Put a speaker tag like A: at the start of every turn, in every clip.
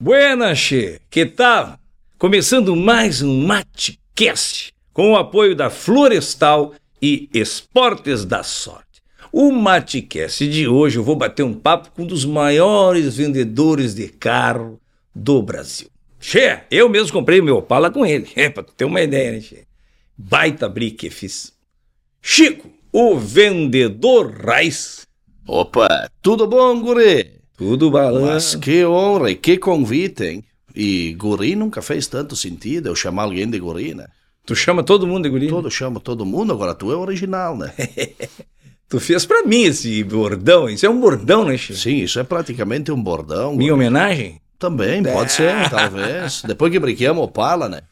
A: Buenas, che. que tal? Começando mais um Matecast, com o apoio da Florestal e Esportes da Sorte. O Matecast de hoje eu vou bater um papo com um dos maiores vendedores de carro do Brasil. Che, eu mesmo comprei meu Opala com ele, é pra tu ter uma ideia, né, che? Baita briga que fiz. Chico, o vendedor raiz.
B: Opa, tudo bom, guri?
A: Tudo balanço.
B: Mas que honra e que convite, hein? E guri nunca fez tanto sentido eu chamar alguém de guri, né?
A: Tu chama todo mundo de guri?
B: Todo chama todo mundo, agora tu é original, né?
A: Tu fez pra mim esse bordão. Isso é um bordão, né, Chico?
B: Sim, isso é praticamente um bordão.
A: Minha homenagem?
B: Também, pode ser, talvez. Depois que brinquemos opala, né?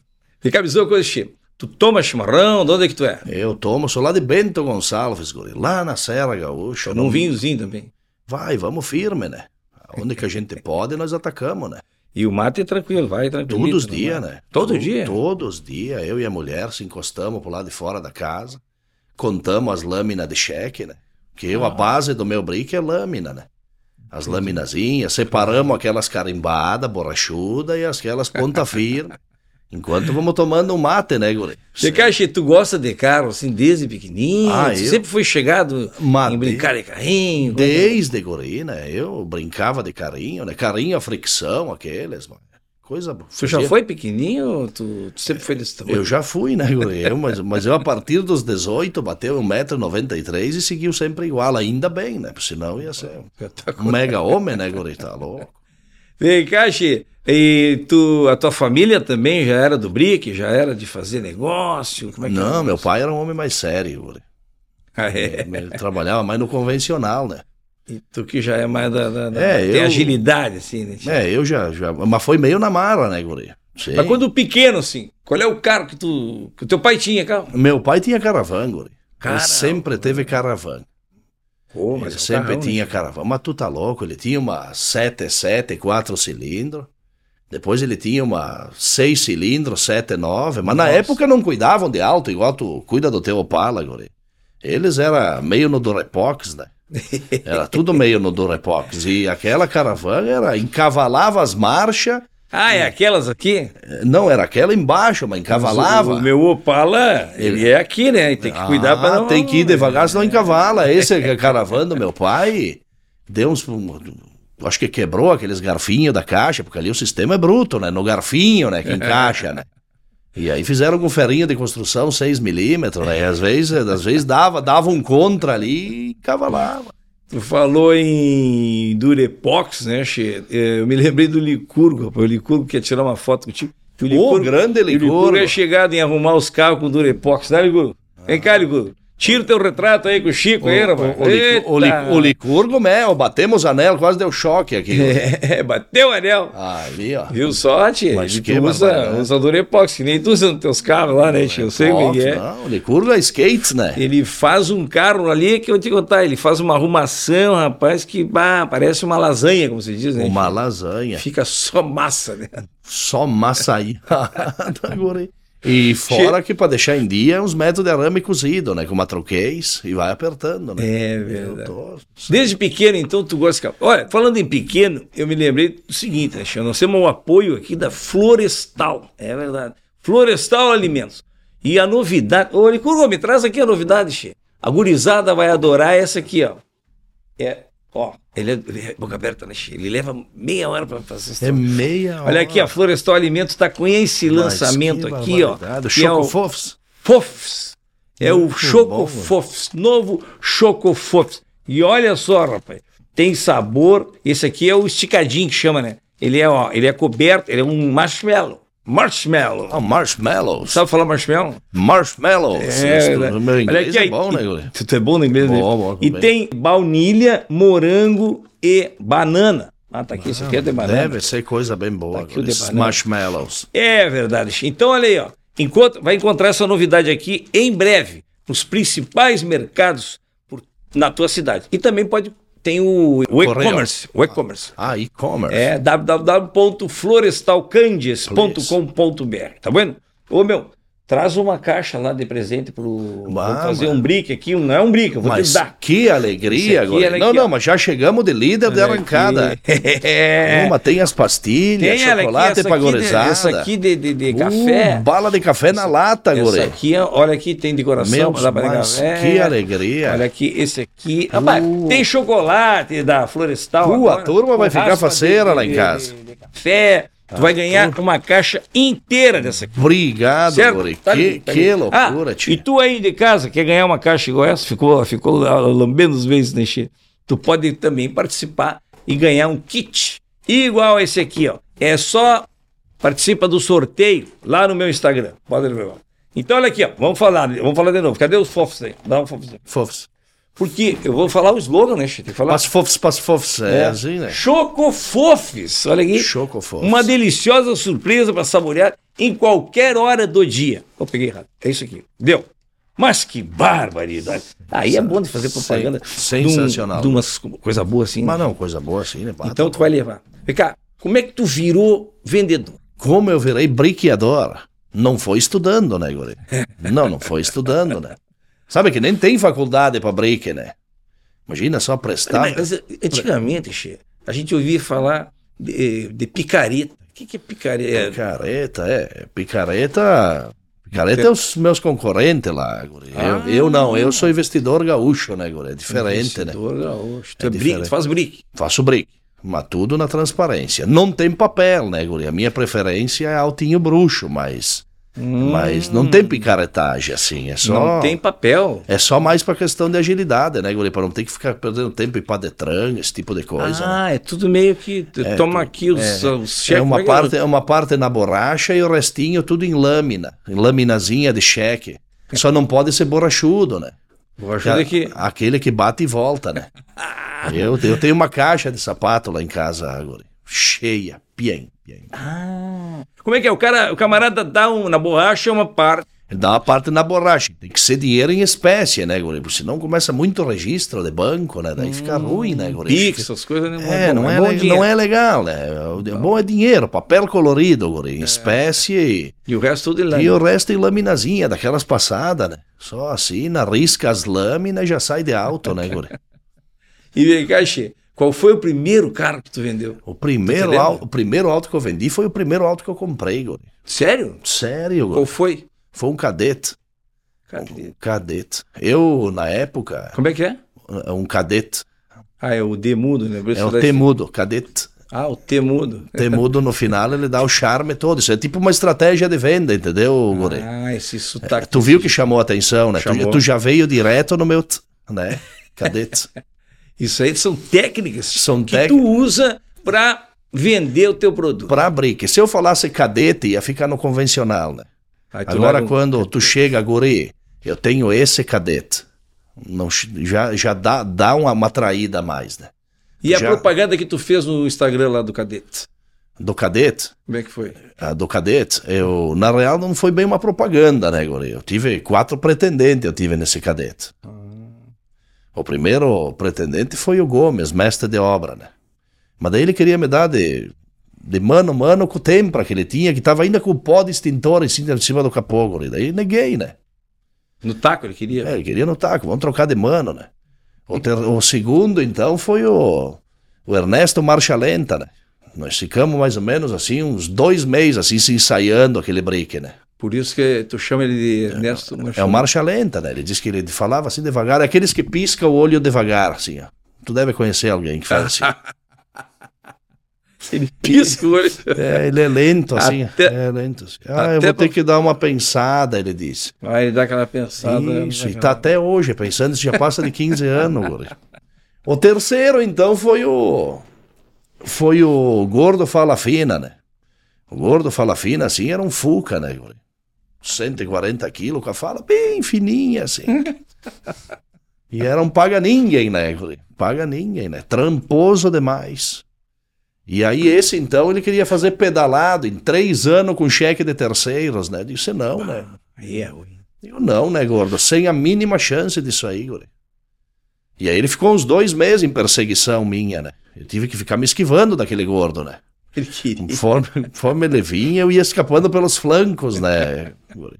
A: Fica avisou uma coisa, Chico. Tu toma chimarrão, de onde é que tu é?
B: Eu tomo, sou lá de Bento Gonçalves, guri, lá na Serra Gaúcha.
A: Toma um vinhozinho também.
B: Vai, vamos firme, né? Onde que a gente pode, nós atacamos, né?
A: E o mato é tranquilo, vai tranquilo.
B: Todos os dias, né?
A: é? Todo
B: Tu-
A: dia?
B: Todos os dias, eu e a mulher se encostamos pro lado de fora da casa, contamos as lâminas de cheque, né? Que
A: Ah.
B: eu, a base do meu brick é lâmina, né? As laminazinhas, separamos aquelas carimbadas, borrachuda e aquelas ponta firme. Enquanto vamos tomando um mate, né, guri?
A: Você que acha que tu gosta de carro, assim, desde pequenininho?
B: Ah,
A: tu
B: eu-
A: Sempre foi chegado
B: Mas
A: em brincar de carrinho?
B: Desde guri, né? Eu brincava de carinho, né? Carinho a fricção, aqueles, mano. Coisa boa.
A: Tu já foi pequenininho ou tu, tu sempre foi desse tamanho?
B: Eu já fui, né, guri? Eu, mas, mas eu, a partir dos 18, bateu 1,93m e seguiu sempre igual, ainda bem, né? Porque Senão ia ser
A: Eu tô tá com-
B: um mega homem, né, guri? Tá louco?
A: Vem cá, Xê. E tu, a tua família também já era do brick? Já era de fazer negócio? Como é que
B: Não,
A: era?
B: meu pai era um homem mais sério, guri.
A: Ah, é.
B: Ele trabalhava mais no convencional, né?
A: E tu que já é mais da, da, da-
B: É,
A: tem
B: eu-
A: agilidade, assim, né? Xê?
B: É, eu já, já... Mas foi meio na mara, né, guri? Sim.
A: Mas quando pequeno, assim, qual é o carro que tu. que o teu pai tinha, carro?
B: Meu pai tinha caravan, guri.
A: Caramba.
B: Ele sempre teve caravan.
A: Pô,
B: Ele
A: é um
B: sempre
A: carrão, né?
B: tinha caravan. Mas tu tá louco, ele tinha uma 7,7, 4 cilindros. Depois ele tinha uma 6 cilindros, 7,9. Mas na
A: Nossa.
B: época não cuidavam de alto, igual tu cuida do teu Opala, guri. Eles era meio no Durepox, né? Era tudo meio no Durepox. E aquela caravana era, encavalava as marchas. Eh,
A: Ah, é aquelas aqui?
B: Não, era aquela embaixo, mas encavalava.
A: O meu Opala, ele é aqui, né? E Tem que cuidar
B: ah,
A: pra não.
B: tem que ir devagar, senão encavala. Esse é caravan do meu pai. Deu uns. um- Acho que quebrou aqueles garfinhos da caixa, porque ali o sistema é bruto, né? No garfinho, né? Que encaixa, né? E aí fizeram com ferrinha de construção 6 milímetros, né? E às vezes, às vezes dava, dava um contra ali e encavalava.
A: Tu falou em Durepox, né, Che? É, Eu me lembrei do Licurgo, rapaz. O Licurgo quer tirar uma foto contigo. Que O
B: Ô, grande
A: o Licurgo
B: Licurgo.
A: é chegado em arrumar os carros com Durepox, né, Licurgo? Vem cá, Licurgo. Tira o teu retrato aí com o Chico aí, rapaz.
B: O, o, lic- o, lic-
A: Eita!
B: o licurgo, né? Batemos anel, quase deu choque aqui.
A: É, bateu o anel.
B: Ali, ó.
A: Viu só, tia?
B: Mas
A: E
B: que
A: tu usa,
B: barbaridade.
A: usa Durepox, que nem tu usa nos teus carros lá, né, tio? Eu sei o que
B: Fox,
A: é.
B: não, o licurgo é skates, né?
A: Ele faz um carro ali que eu vou te contar, ele faz uma arrumação, rapaz, que bah, parece uma lasanha, como se diz, né?
B: Uma lasanha.
A: Fica só massa, né?
B: Só massa aí. Agora aí. E fora que para deixar em dia é uns metros de arame cozido, né? Com uma troquez e vai apertando, né?
A: É
B: Eu
A: verdade.
B: tô-
A: Desde pequeno, então, tu gosta de carro. Olha, falando em pequeno, eu me lembrei do seguinte, Alexandre, nós temos o apoio aqui da Florestal, é verdade. Florestal Alimentos. E a novidade... Ô, Licurgo, me traz aqui a novidade, Che. A gurizada vai adorar essa aqui, ó. É, ó, ele é, ele é boca aberta, né, Che? Ele leva meia hora pra fazer isso.
B: É meia hora.
A: Olha aqui, a Florestal Alimentos está com esse
B: Mas
A: lançamento
B: que
A: aqui, ó.
B: barbaridade.
A: que é o
B: Choco Fofs.
A: Fofs. É o
B: Muito bom,
A: Choco
B: velho.
A: Fofs, novo Choco Fofs. E olha só, rapaz, tem sabor. Esse aqui é o esticadinho que chama, né? Ele é, ó, ele é coberto, ele é um marshmallow. Marshmallow.
B: Ah, marshmallows.
A: Sabe falar marshmallow?
B: Marshmallows. Isso,
A: né?
B: meu inglês
A: Olha
B: é
A: aqui,
B: bom,
A: e-
B: né, guri?
A: Tu tu é bom no inglês, né?
B: Bom, bom,
A: E
B: bem.
A: tem baunilha, morango e banana. Ah, tá aqui, esse aqui é de banana. Tá
B: Deve ser coisa bem boa,
A: aqui o
B: guri,
A: de
B: esses
A: banana.
B: marshmallows.
A: É verdade. Xi. Então olha aí, ó. Enquanto, vai encontrar essa novidade aqui em breve nos principais mercados por- na tua cidade. E também pode tem o, o
B: Correio.
A: e-commerce, o e-commerce.
B: Ah, e-commerce.
A: É www.florestalcandies.com.br, tá vendo? Ô meu, Traz uma caixa lá de presente pro.
B: Bah,
A: vou fazer
B: mano.
A: um brick aqui. um- Não é um brick, eu vou te
B: Mas
A: dar.
B: que
A: Isso
B: alegria
A: aqui
B: agora.
A: era
B: não,
A: aqui, ó.
B: não, mas já chegamos de líder de
A: Olha
B: arrancada.
A: aqui.
B: Uma tem as pastilhas,
A: ela aqui, É.
B: chocolate
A: essa
B: pra
A: aqui de-
B: gurizada.
A: Essa aqui de, de, de
B: Uh,
A: café.
B: bala de café na lata,
A: Essa
B: gore.
A: aqui, ó, olha aqui, tem decoração
B: Meu,
A: pra dar pra
B: mas
A: café.
B: que alegria.
A: Olha aqui, esse aqui. Rapaz,
B: Uh.
A: tem chocolate da Florestal.
B: Uh, a
A: agora,
B: turma
A: com
B: vai ficar
A: raspa de-
B: faceira
A: de-
B: lá em
A: de-
B: casa. Tá,
A: de- de café. Tu vai ganhar uma caixa inteira dessa aqui.
B: Obrigado,
A: Certo?
B: gore.
A: Tá
B: que,
A: ali, tá
B: que
A: ali.
B: loucura,
A: Ah,
B: tia.
A: E tu aí de casa quer ganhar uma caixa igual essa? Ficou, ficou lá lambendo os beijos na enchente. Tu pode também participar e ganhar um kit igual a esse aqui, ó. É só participa do sorteio lá no meu Instagram. Pode ver lá. Então olha aqui, ó. Vamos falar, vamos falar de novo. Cadê os fofos aí? Dá um fofos aí.
B: Fofos.
A: Porque eu vou falar o slogan, né, Chico? Tem que falar.
B: Passo fofos, passo fofos. É,
A: É.
B: assim, né?
A: Chocofofes, olha aqui.
B: Chocofofos.
A: Uma deliciosa surpresa para saborear em qualquer hora do dia. Eu peguei errado. É isso aqui. Deu. Mas que barbaridade. Aí é bom de fazer propaganda.
B: Sen-
A: de um-
B: sensacional.
A: De umas co- coisa boa assim. né?
B: Mas não, coisa boa assim, né? Bata,
A: Então tu vai levar. Vem cá, como é que tu virou vendedor?
B: Como eu virei briqueador? Não foi estudando, né, guri? Não, não foi estudando, né? Sabe que nem tem faculdade pra brique, né? Imagina só prestar.
A: Mas, antigamente, Che, a gente ouvia falar de, eh, de picareta. O que, que é picareta?
B: Picareta, é. Picareta. Picareta é os meus concorrentes lá, guri. Eu,
A: Ah.
B: eu não, eu sou investidor gaúcho, né, guri? É diferente, né?
A: Investidor gaúcho. Tu,
B: É
A: é brick,
B: diferente.
A: tu faz brick.
B: Faço brique. Mas tudo na transparência. Não tem papel, né, guri? A minha preferência é altinho bruxo, mas. Mas não tem picaretagem assim. É só.
A: Hum. Não tem papel.
B: É só mais pra questão de agilidade, né, guri? Pra não ter que ficar perdendo tempo em padetranga, esse tipo de coisa. né?
A: Ah, é tudo meio que. tu toma aqui os, os cheques.
B: é
A: como
B: uma
A: que
B: parte, é uma parte na borracha e o restinho tudo em lâmina, em laminazinha de cheque. Só não pode ser borrachudo, né?
A: Vou ajudar aqui.
B: Aquele que bate e volta, né? eu, eu tenho uma caixa de sapato lá em casa, guri. Cheia, piem, piem.
A: Como é que é? O, cara, o camarada dá um, na borracha uma parte.
B: Dá uma parte na borracha. Tem que ser dinheiro em espécie, né, guri? Porque senão começa muito registro de banco, né? Daí fica ruim, né, guri?
A: Hum, Pix, essas coisas, né?
B: É, não, é,
A: bom
B: le-
A: dinheiro.
B: não é legal, né? O de- bom é dinheiro, papel colorido,
A: É.
B: guri, em espécie
A: E o resto tudo é lá.
B: e, e o resto em laminazinha, daquelas passadas, né? Só assina, risca as lâminas e já sai de alto, né, guri?
A: E vem cá, Che, qual foi o primeiro carro que tu vendeu?
B: O
A: Tu
B: primeiro,
A: te lembra?
B: au- o primeiro auto que eu vendi foi o primeiro auto que eu comprei, guri.
A: Sério?
B: Sério,
A: Qual
B: guri.
A: foi?
B: Foi um cadete. Um
A: Cadê?
B: Cadete. Eu, na época,
A: Como é que é?
B: um cadete.
A: Ah, é o D mudo, né? Por isso
B: É o
A: dá
B: temudo, cadete.
A: esse- Ah, o T mudo.
B: Temudo no final ele dá o charme todo. Isso é tipo uma estratégia de venda, entendeu, guri?
A: Ah, esse sotaque.
B: É, Tu viu que chamou a atenção, né? Tu,
A: Chamou.
B: tu já veio direto no meu. t- Né? Cadete?
A: Isso aí são técnicas
B: São
A: que
B: técnicas.
A: tu usa pra vender o teu produto.
B: pra abrir. Que se eu falasse cadete, ia ficar no convencional, né?
A: Aí tu
B: Agora,
A: larga um-
B: quando tu chega, guri, eu tenho esse cadete. Não, ch- já já dá, dá uma, uma traída a mais, né?
A: E a
B: Já.
A: propaganda que tu fez no Instagram lá do Cadete?
B: Do cadete.
A: Como é que foi?
B: a do cadete, eu, na real, não foi bem uma propaganda, né, guri? Eu tive quatro pretendentes, eu tive nesse cadete. O primeiro pretendente foi o Gomes, mestre de obra, né? Mas daí ele queria me dar de, de mano a mano com o tempra que ele tinha, que tava ainda com o pó de extintor em cima, em cima do capô, guri. Daí neguei, né?
A: No taco ele queria?
B: É, ele queria no taco, vamos trocar de mano, né? O, ter- o segundo, então, foi o, o Ernesto Marcha Lenta, né? Nós ficamos mais ou menos assim, uns dois meses, assim, se ensaiando aquele break, né?
A: Por isso que tu chama ele de Ernesto Machado.
B: É o Marcha Lenta, né? Ele disse que ele falava assim devagar, aqueles que piscam o olho devagar, assim, ó. Tu deve conhecer alguém que faz assim.
A: Ele pisca o olho.
B: É, ele é lento, assim.
A: Até-
B: É lento. Assim. Ah, eu
A: até
B: vou ter
A: pra-
B: que dar uma pensada, ele disse.
A: Aí ele dá aquela pensada.
B: Isso,
A: dá
B: e tá até hoje pensando, isso já passa de 15 anos, guri. O terceiro, então, foi o. Foi o Gordo Fala Fina, né? O Gordo Fala Fina, assim, era um Fuca, né, guri? 140 quilos, com a fala bem fininha, assim. e era um paga ninguém, né, guri? Paga ninguém, né? Tramposo demais. E aí, esse então, ele queria fazer pedalado em três anos com cheque de terceiros, né? Disse não, né?
A: Aí é ruim.
B: Eu não, né, gordo? Sem a mínima chance disso aí, guri. E aí ele ficou uns dois meses em perseguição minha, né? Eu tive que ficar me esquivando daquele gordo, né?
A: Ele queria.
B: Conforme, conforme ele vinha, eu ia escapando pelos flancos, né? guri?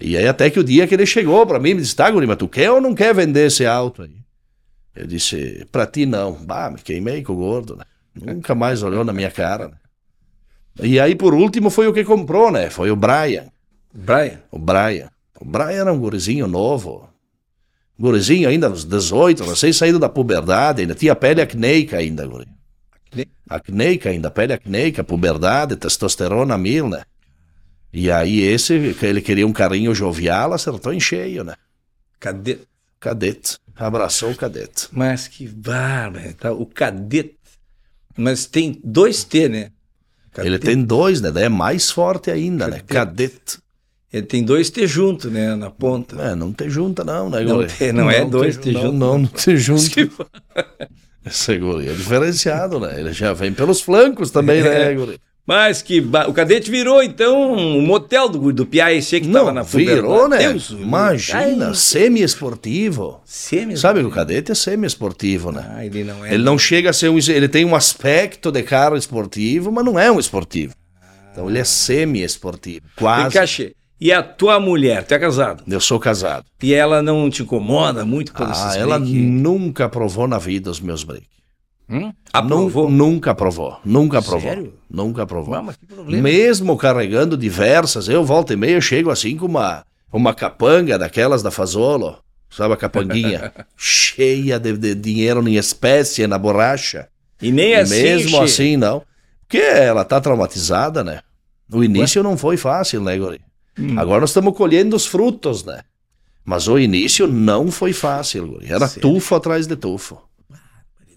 B: E aí até que o dia que ele chegou para mim e me disse, tá, Guri, mas tu quer ou não quer vender esse auto aí? Eu disse, pra ti não. Bah, me queimei com o gordo, né? Nunca mais olhou na minha cara, né? E aí, por último, foi o que comprou, né? Foi o Brian.
A: Brian.
B: O Brian. O Brian era um gurizinho novo. Gurizinho ainda nos 18, vocês saíram da puberdade, ainda tinha pele acneica ainda, guri.
A: Acne-
B: Acneica ainda, pele acneica, puberdade, testosterona a mil, né? E aí esse, que ele queria um carinho jovial, acertou em cheio, né?
A: Cadê?
B: Cadete. Abraçou o cadete.
A: Mas que bárbaro. Tá? O cadete. Mas tem dois T, né?
B: Ele tem dois, né? Daí é mais forte ainda, né? Cadete.
A: Ele É, tem dois T junto, né? Na ponta.
B: É, não te junta não, né,
A: Não
B: guri?
A: tem- não é dois te
B: não,
A: junta.
B: Não, não te junta.
A: Se for-
B: Esse guri é diferenciado, né? Ele já vem pelos flancos também,
A: É.
B: né, guri?
A: Mas que ba... O cadete virou, então, um motel do, do PAEC que
B: Não,
A: tava na
B: virou, né?
A: puberdade. Deus,
B: Imagina,
A: Ai,
B: semi-esportivo.
A: semi-
B: Sabe, o cadete é semi-esportivo, né?
A: Ah, ele não é.
B: Ele não chega a ser um... Ele tem um aspecto de cara esportivo, mas não é um esportivo. Então ele é semi-esportivo,
A: Tem
B: quase.
A: cachê. E a tua mulher, tu é casado?
B: Eu sou casado.
A: E ela não te incomoda muito por
B: Ah,
A: esses
B: ela
A: break?
B: nunca aprovou na vida os meus breaks.
A: Hum? Aprovou?
B: Nunca aprovou. Nunca aprovou.
A: Sério?
B: Nunca aprovou.
A: Ah, mas que problema.
B: Mesmo carregando diversas, eu volta e meia chego assim com uma, uma capanga daquelas da Fazolo, sabe a capanguinha? cheia de, de dinheiro em espécie na borracha.
A: E nem
B: E
A: assim,
B: mesmo
A: che-
B: assim, não. Porque ela tá traumatizada, né? No início não foi fácil, né, Guri?
A: Hum.
B: Agora nós estamos colhendo os frutos, né? Mas o início não foi fácil, Guri. Era
A: Sério?
B: tufo atrás de tufo.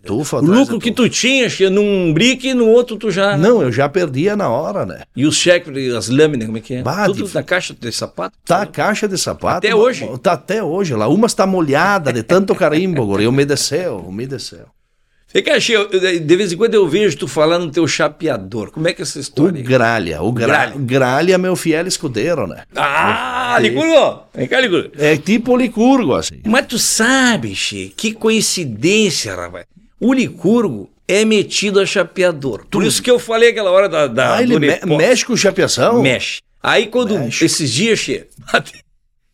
B: Tufo
A: O
B: atrás
A: lucro
B: de
A: que tu
B: tufo.
A: tinha che, num brick e no outro tu já.
B: Não, eu já perdia na hora, né?
A: E os cheques, as lâminas, como é que é?
B: Bah,
A: Tudo
B: de-
A: na caixa de sapato?
B: Tá a caixa de sapato.
A: Até hoje?
B: Tá até hoje lá. Uma está molhada de tanto carimbo, guri. Umedeceu, umedeceu.
A: Você que achei, eu- eu- de vez em quando eu vejo tu falar no teu chapeador. Como é que é essa
B: O
A: história? aí?
B: gralha, o gralha.
A: Gralha.
B: Gralha, meu fiel escudeiro, né?
A: Ah, Liguro! Vem cá, Liguro.
B: É tipo o licurgo, assim.
A: Mas tu sabe, Che, que coincidência, rapaz. O Licurgo é metido a chapeador. Por isso que eu falei aquela hora da. da
B: Ah, ele
A: do
B: me-
A: Nepó-
B: mexe com chapeação?
A: Mexe. Aí quando.
B: Mexe.
A: Esses dias, Che.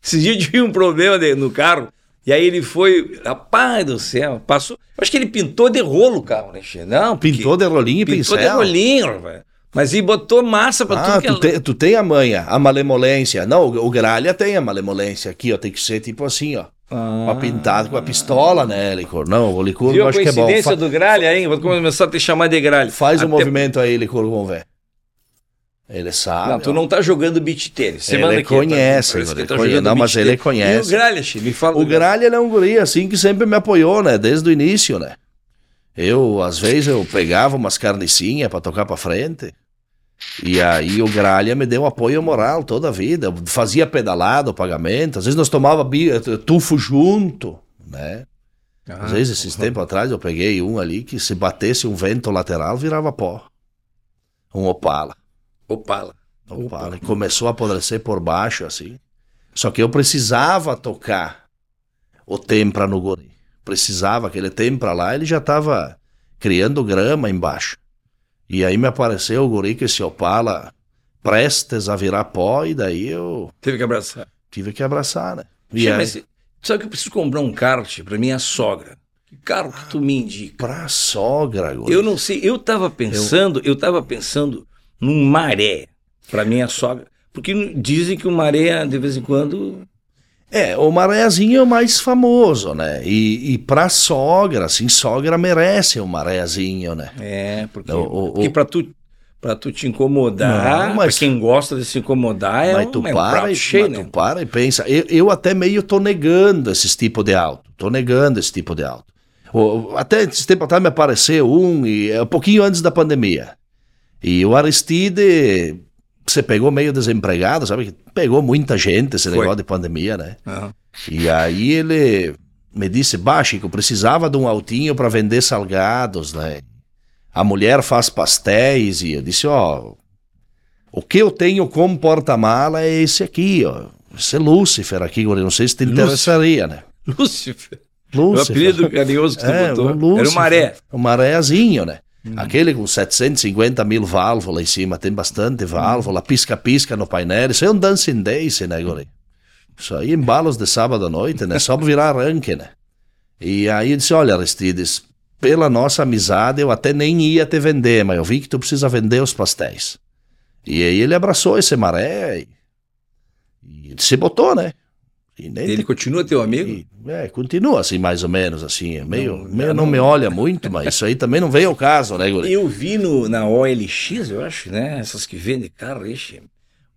A: esses dias eu tive um problema de- no carro. E aí ele foi. Rapaz do céu, passou. Eu acho que ele pintou de rolo o carro, né, Che? Não, porque-
B: Pintou de rolinho e pincel.
A: Pintou de rolinho, rapaz. Mas e botou massa pra
B: Ah,
A: tudo que é
B: tu,
A: ela-
B: tem, tu tem a manha, a malemolência. Não, o, o gralha tem a malemolência aqui, ó. Tem que ser tipo assim, ó.
A: Ah.
B: Uma pintada com a pistola, né, licor? Não, o licurgo
A: Viu
B: eu
A: a
B: acho que é bom.
A: coincidência
B: Fa-
A: do gralha, hein? Vou começar a te chamar de gralha.
B: Faz o
A: Até
B: movimento aí, licurgo, vamos ver. Ele sabe.
A: Não, tu
B: ó.
A: não tá jogando beat tênis. Você
B: Ele
A: manda aqui,
B: conhece,
A: parece que
B: ele
A: tá
B: conhe-
A: jogando
B: não, mas
A: beach
B: ele
A: tênis.
B: conhece.
A: E o Gralha, Che, me fala.
B: O Gralha ele é um guri assim que sempre me apoiou, né? Desde o início, né? Eu, às vezes, eu pegava umas carnicinhas pra tocar pra frente. E aí o Gralha me deu apoio moral toda a vida. Eu fazia pedalada, o pagamento. Às vezes nós tomava bi- eh, tufo junto, né? Às
A: Ah,
B: vezes, esses tempos atrás, eu peguei um ali que se batesse um vento lateral, virava pó. Um opala.
A: Opala.
B: Opa,
A: Opa.
B: ele começou a apodrecer por baixo, assim. Só que eu precisava tocar o tempra no guri. Precisava aquele tempra lá, ele já tava criando grama embaixo. E aí me apareceu o guri que se opala prestes a virar pó, e daí eu
A: Teve que abraçar.
B: tive que abraçar, né? E
A: Che,
B: aí,
A: mas se- sabe que eu preciso comprar um carro, Che, pra minha sogra. Que carro que tu me indica?
B: pra sogra, guri.
A: Eu não sei, eu tava pensando, eu tava pensando num maré pra minha sogra. Porque dizem que o maré, de vez em quando,
B: É, o Marézinho é o mais famoso, né? E, e pra sogra, assim, sogra merece o Marézinho, né?
A: é, porque,
B: Não, o- o-
A: porque pra tu... Pra tu te incomodar,
B: Não, mas-
A: pra quem gosta de se incomodar, é,
B: mas
A: um,
B: tu
A: é um
B: para,
A: prato
B: e,
A: cheio,
B: mas
A: né?
B: tu para e pensa. Eu, eu até meio tô negando esses tipo de auto. Tô negando esse tipo de auto. O- o- Até esse tempo atrás me apareceu um, e é um pouquinho antes da pandemia. E o Aristide você pegou meio desempregado, sabe? que Pegou muita gente esse
A: Foi.
B: negócio de pandemia, né?
A: Aham.
B: E aí ele me disse, bah, Chico, precisava de um altinho para vender salgados, né? A mulher faz pastéis e eu disse, ó, o que eu tenho como porta-mala é esse aqui, ó. Esse Lúcifer aqui, guri, não sei se te
A: Lúcifer.
B: interessaria, né?
A: Lúcifer. É O
B: Lúcifer.
A: apelido carinhoso que tu
B: É,
A: botou.
B: o Lúcifer.
A: Era o Maré. Hum.
B: Um marézinho, né? Aquele com 750 mil válvulas em cima, tem bastante válvula, pisca-pisca no painel. Isso é um dancing dance, né, guri? Isso aí, embalos de sábado à noite, né? Só pra virar arranque, né? E aí eu disse, olha, Aristides, pela nossa amizade eu até nem ia te vender, mas eu vi que tu precisa vender os pastéis. E aí ele abraçou esse maré e, e se botou, né? E nem
A: Ele continua teu amigo?
B: e- é, continua assim, mais ou menos, assim. é Meio,
A: Não,
B: não,
A: não-
B: meio, não me olha muito, mas isso aí também não veio ao caso, né, Guri?
A: Eu vi no, na OLX, eu acho, né? Essas que vendem carro, ixi,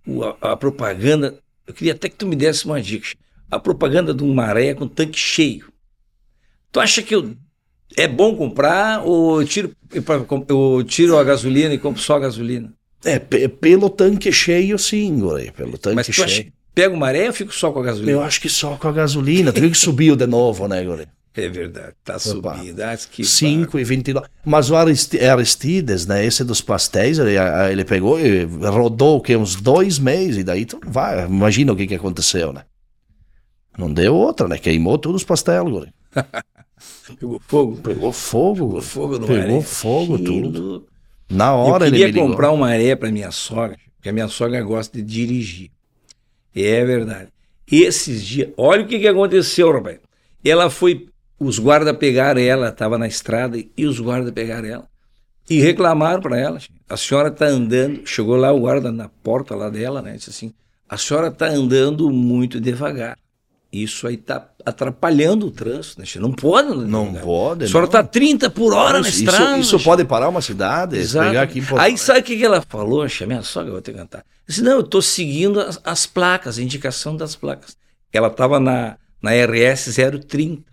A: o- a, a propaganda. Eu queria até que tu me desse uma dica. A propaganda de um maré com tanque cheio. Tu acha que eu, é bom comprar ou eu tiro, eu pra- eu tiro a gasolina e compro só a gasolina?
B: É, pe- pelo tanque cheio, sim, Guri. Pelo tanque
A: Mas tu
B: cheio.
A: acha que pega o maré ou eu fico só com a gasolina?
B: Eu acho que só com a gasolina. Tu viu que subiu de novo, né, Guri?
A: É verdade, tá
B: Opa.
A: subindo. Ah, que
B: 5 e 29. Mas o Aristi- Aristides, né, esse dos pastéis, ele, a- ele pegou e rodou o quê? Uns dois meses. E daí tu não vai. Imagina o que, que aconteceu, né? Não deu outra, né? Queimou todos os pastéis, Guri.
A: barba. Pegou fogo.
B: Pegou fogo, Guri.
A: Fogo no
B: Pegou
A: maré.
B: fogo
A: Que
B: tudo.
A: louco.
B: Na
A: Eu
B: hora ele
A: queria
B: me ligou.
A: comprar uma maré para minha sogra, porque a minha sogra gosta de dirigir. É verdade. Esses dias, olha o que, que aconteceu, rapaz. Ela foi, os guardas pegaram ela, estava na estrada e os guardas pegaram ela e reclamaram para ela. assim. A senhora está andando, chegou lá o guarda na porta lá dela, né? Disse assim: a senhora está andando muito devagar. Isso aí está atrapalhando o trânsito, né? Você não pode. andar
B: Não
A: devagar.
B: pode.
A: A senhora
B: não.
A: está 30 tá por hora na
B: Isso-
A: estrada.
B: Isso, isso pode parar uma cidade. se
A: Exato.
B: Pegar aqui em Porto
A: Aí
B: Alegre.
A: sabe o que que ela falou? Chamei a sogra, eu vou ter que cantar. Eu disse, não, eu tô seguindo as, as placas, a indicação das placas. Ela tava na, na RS 030.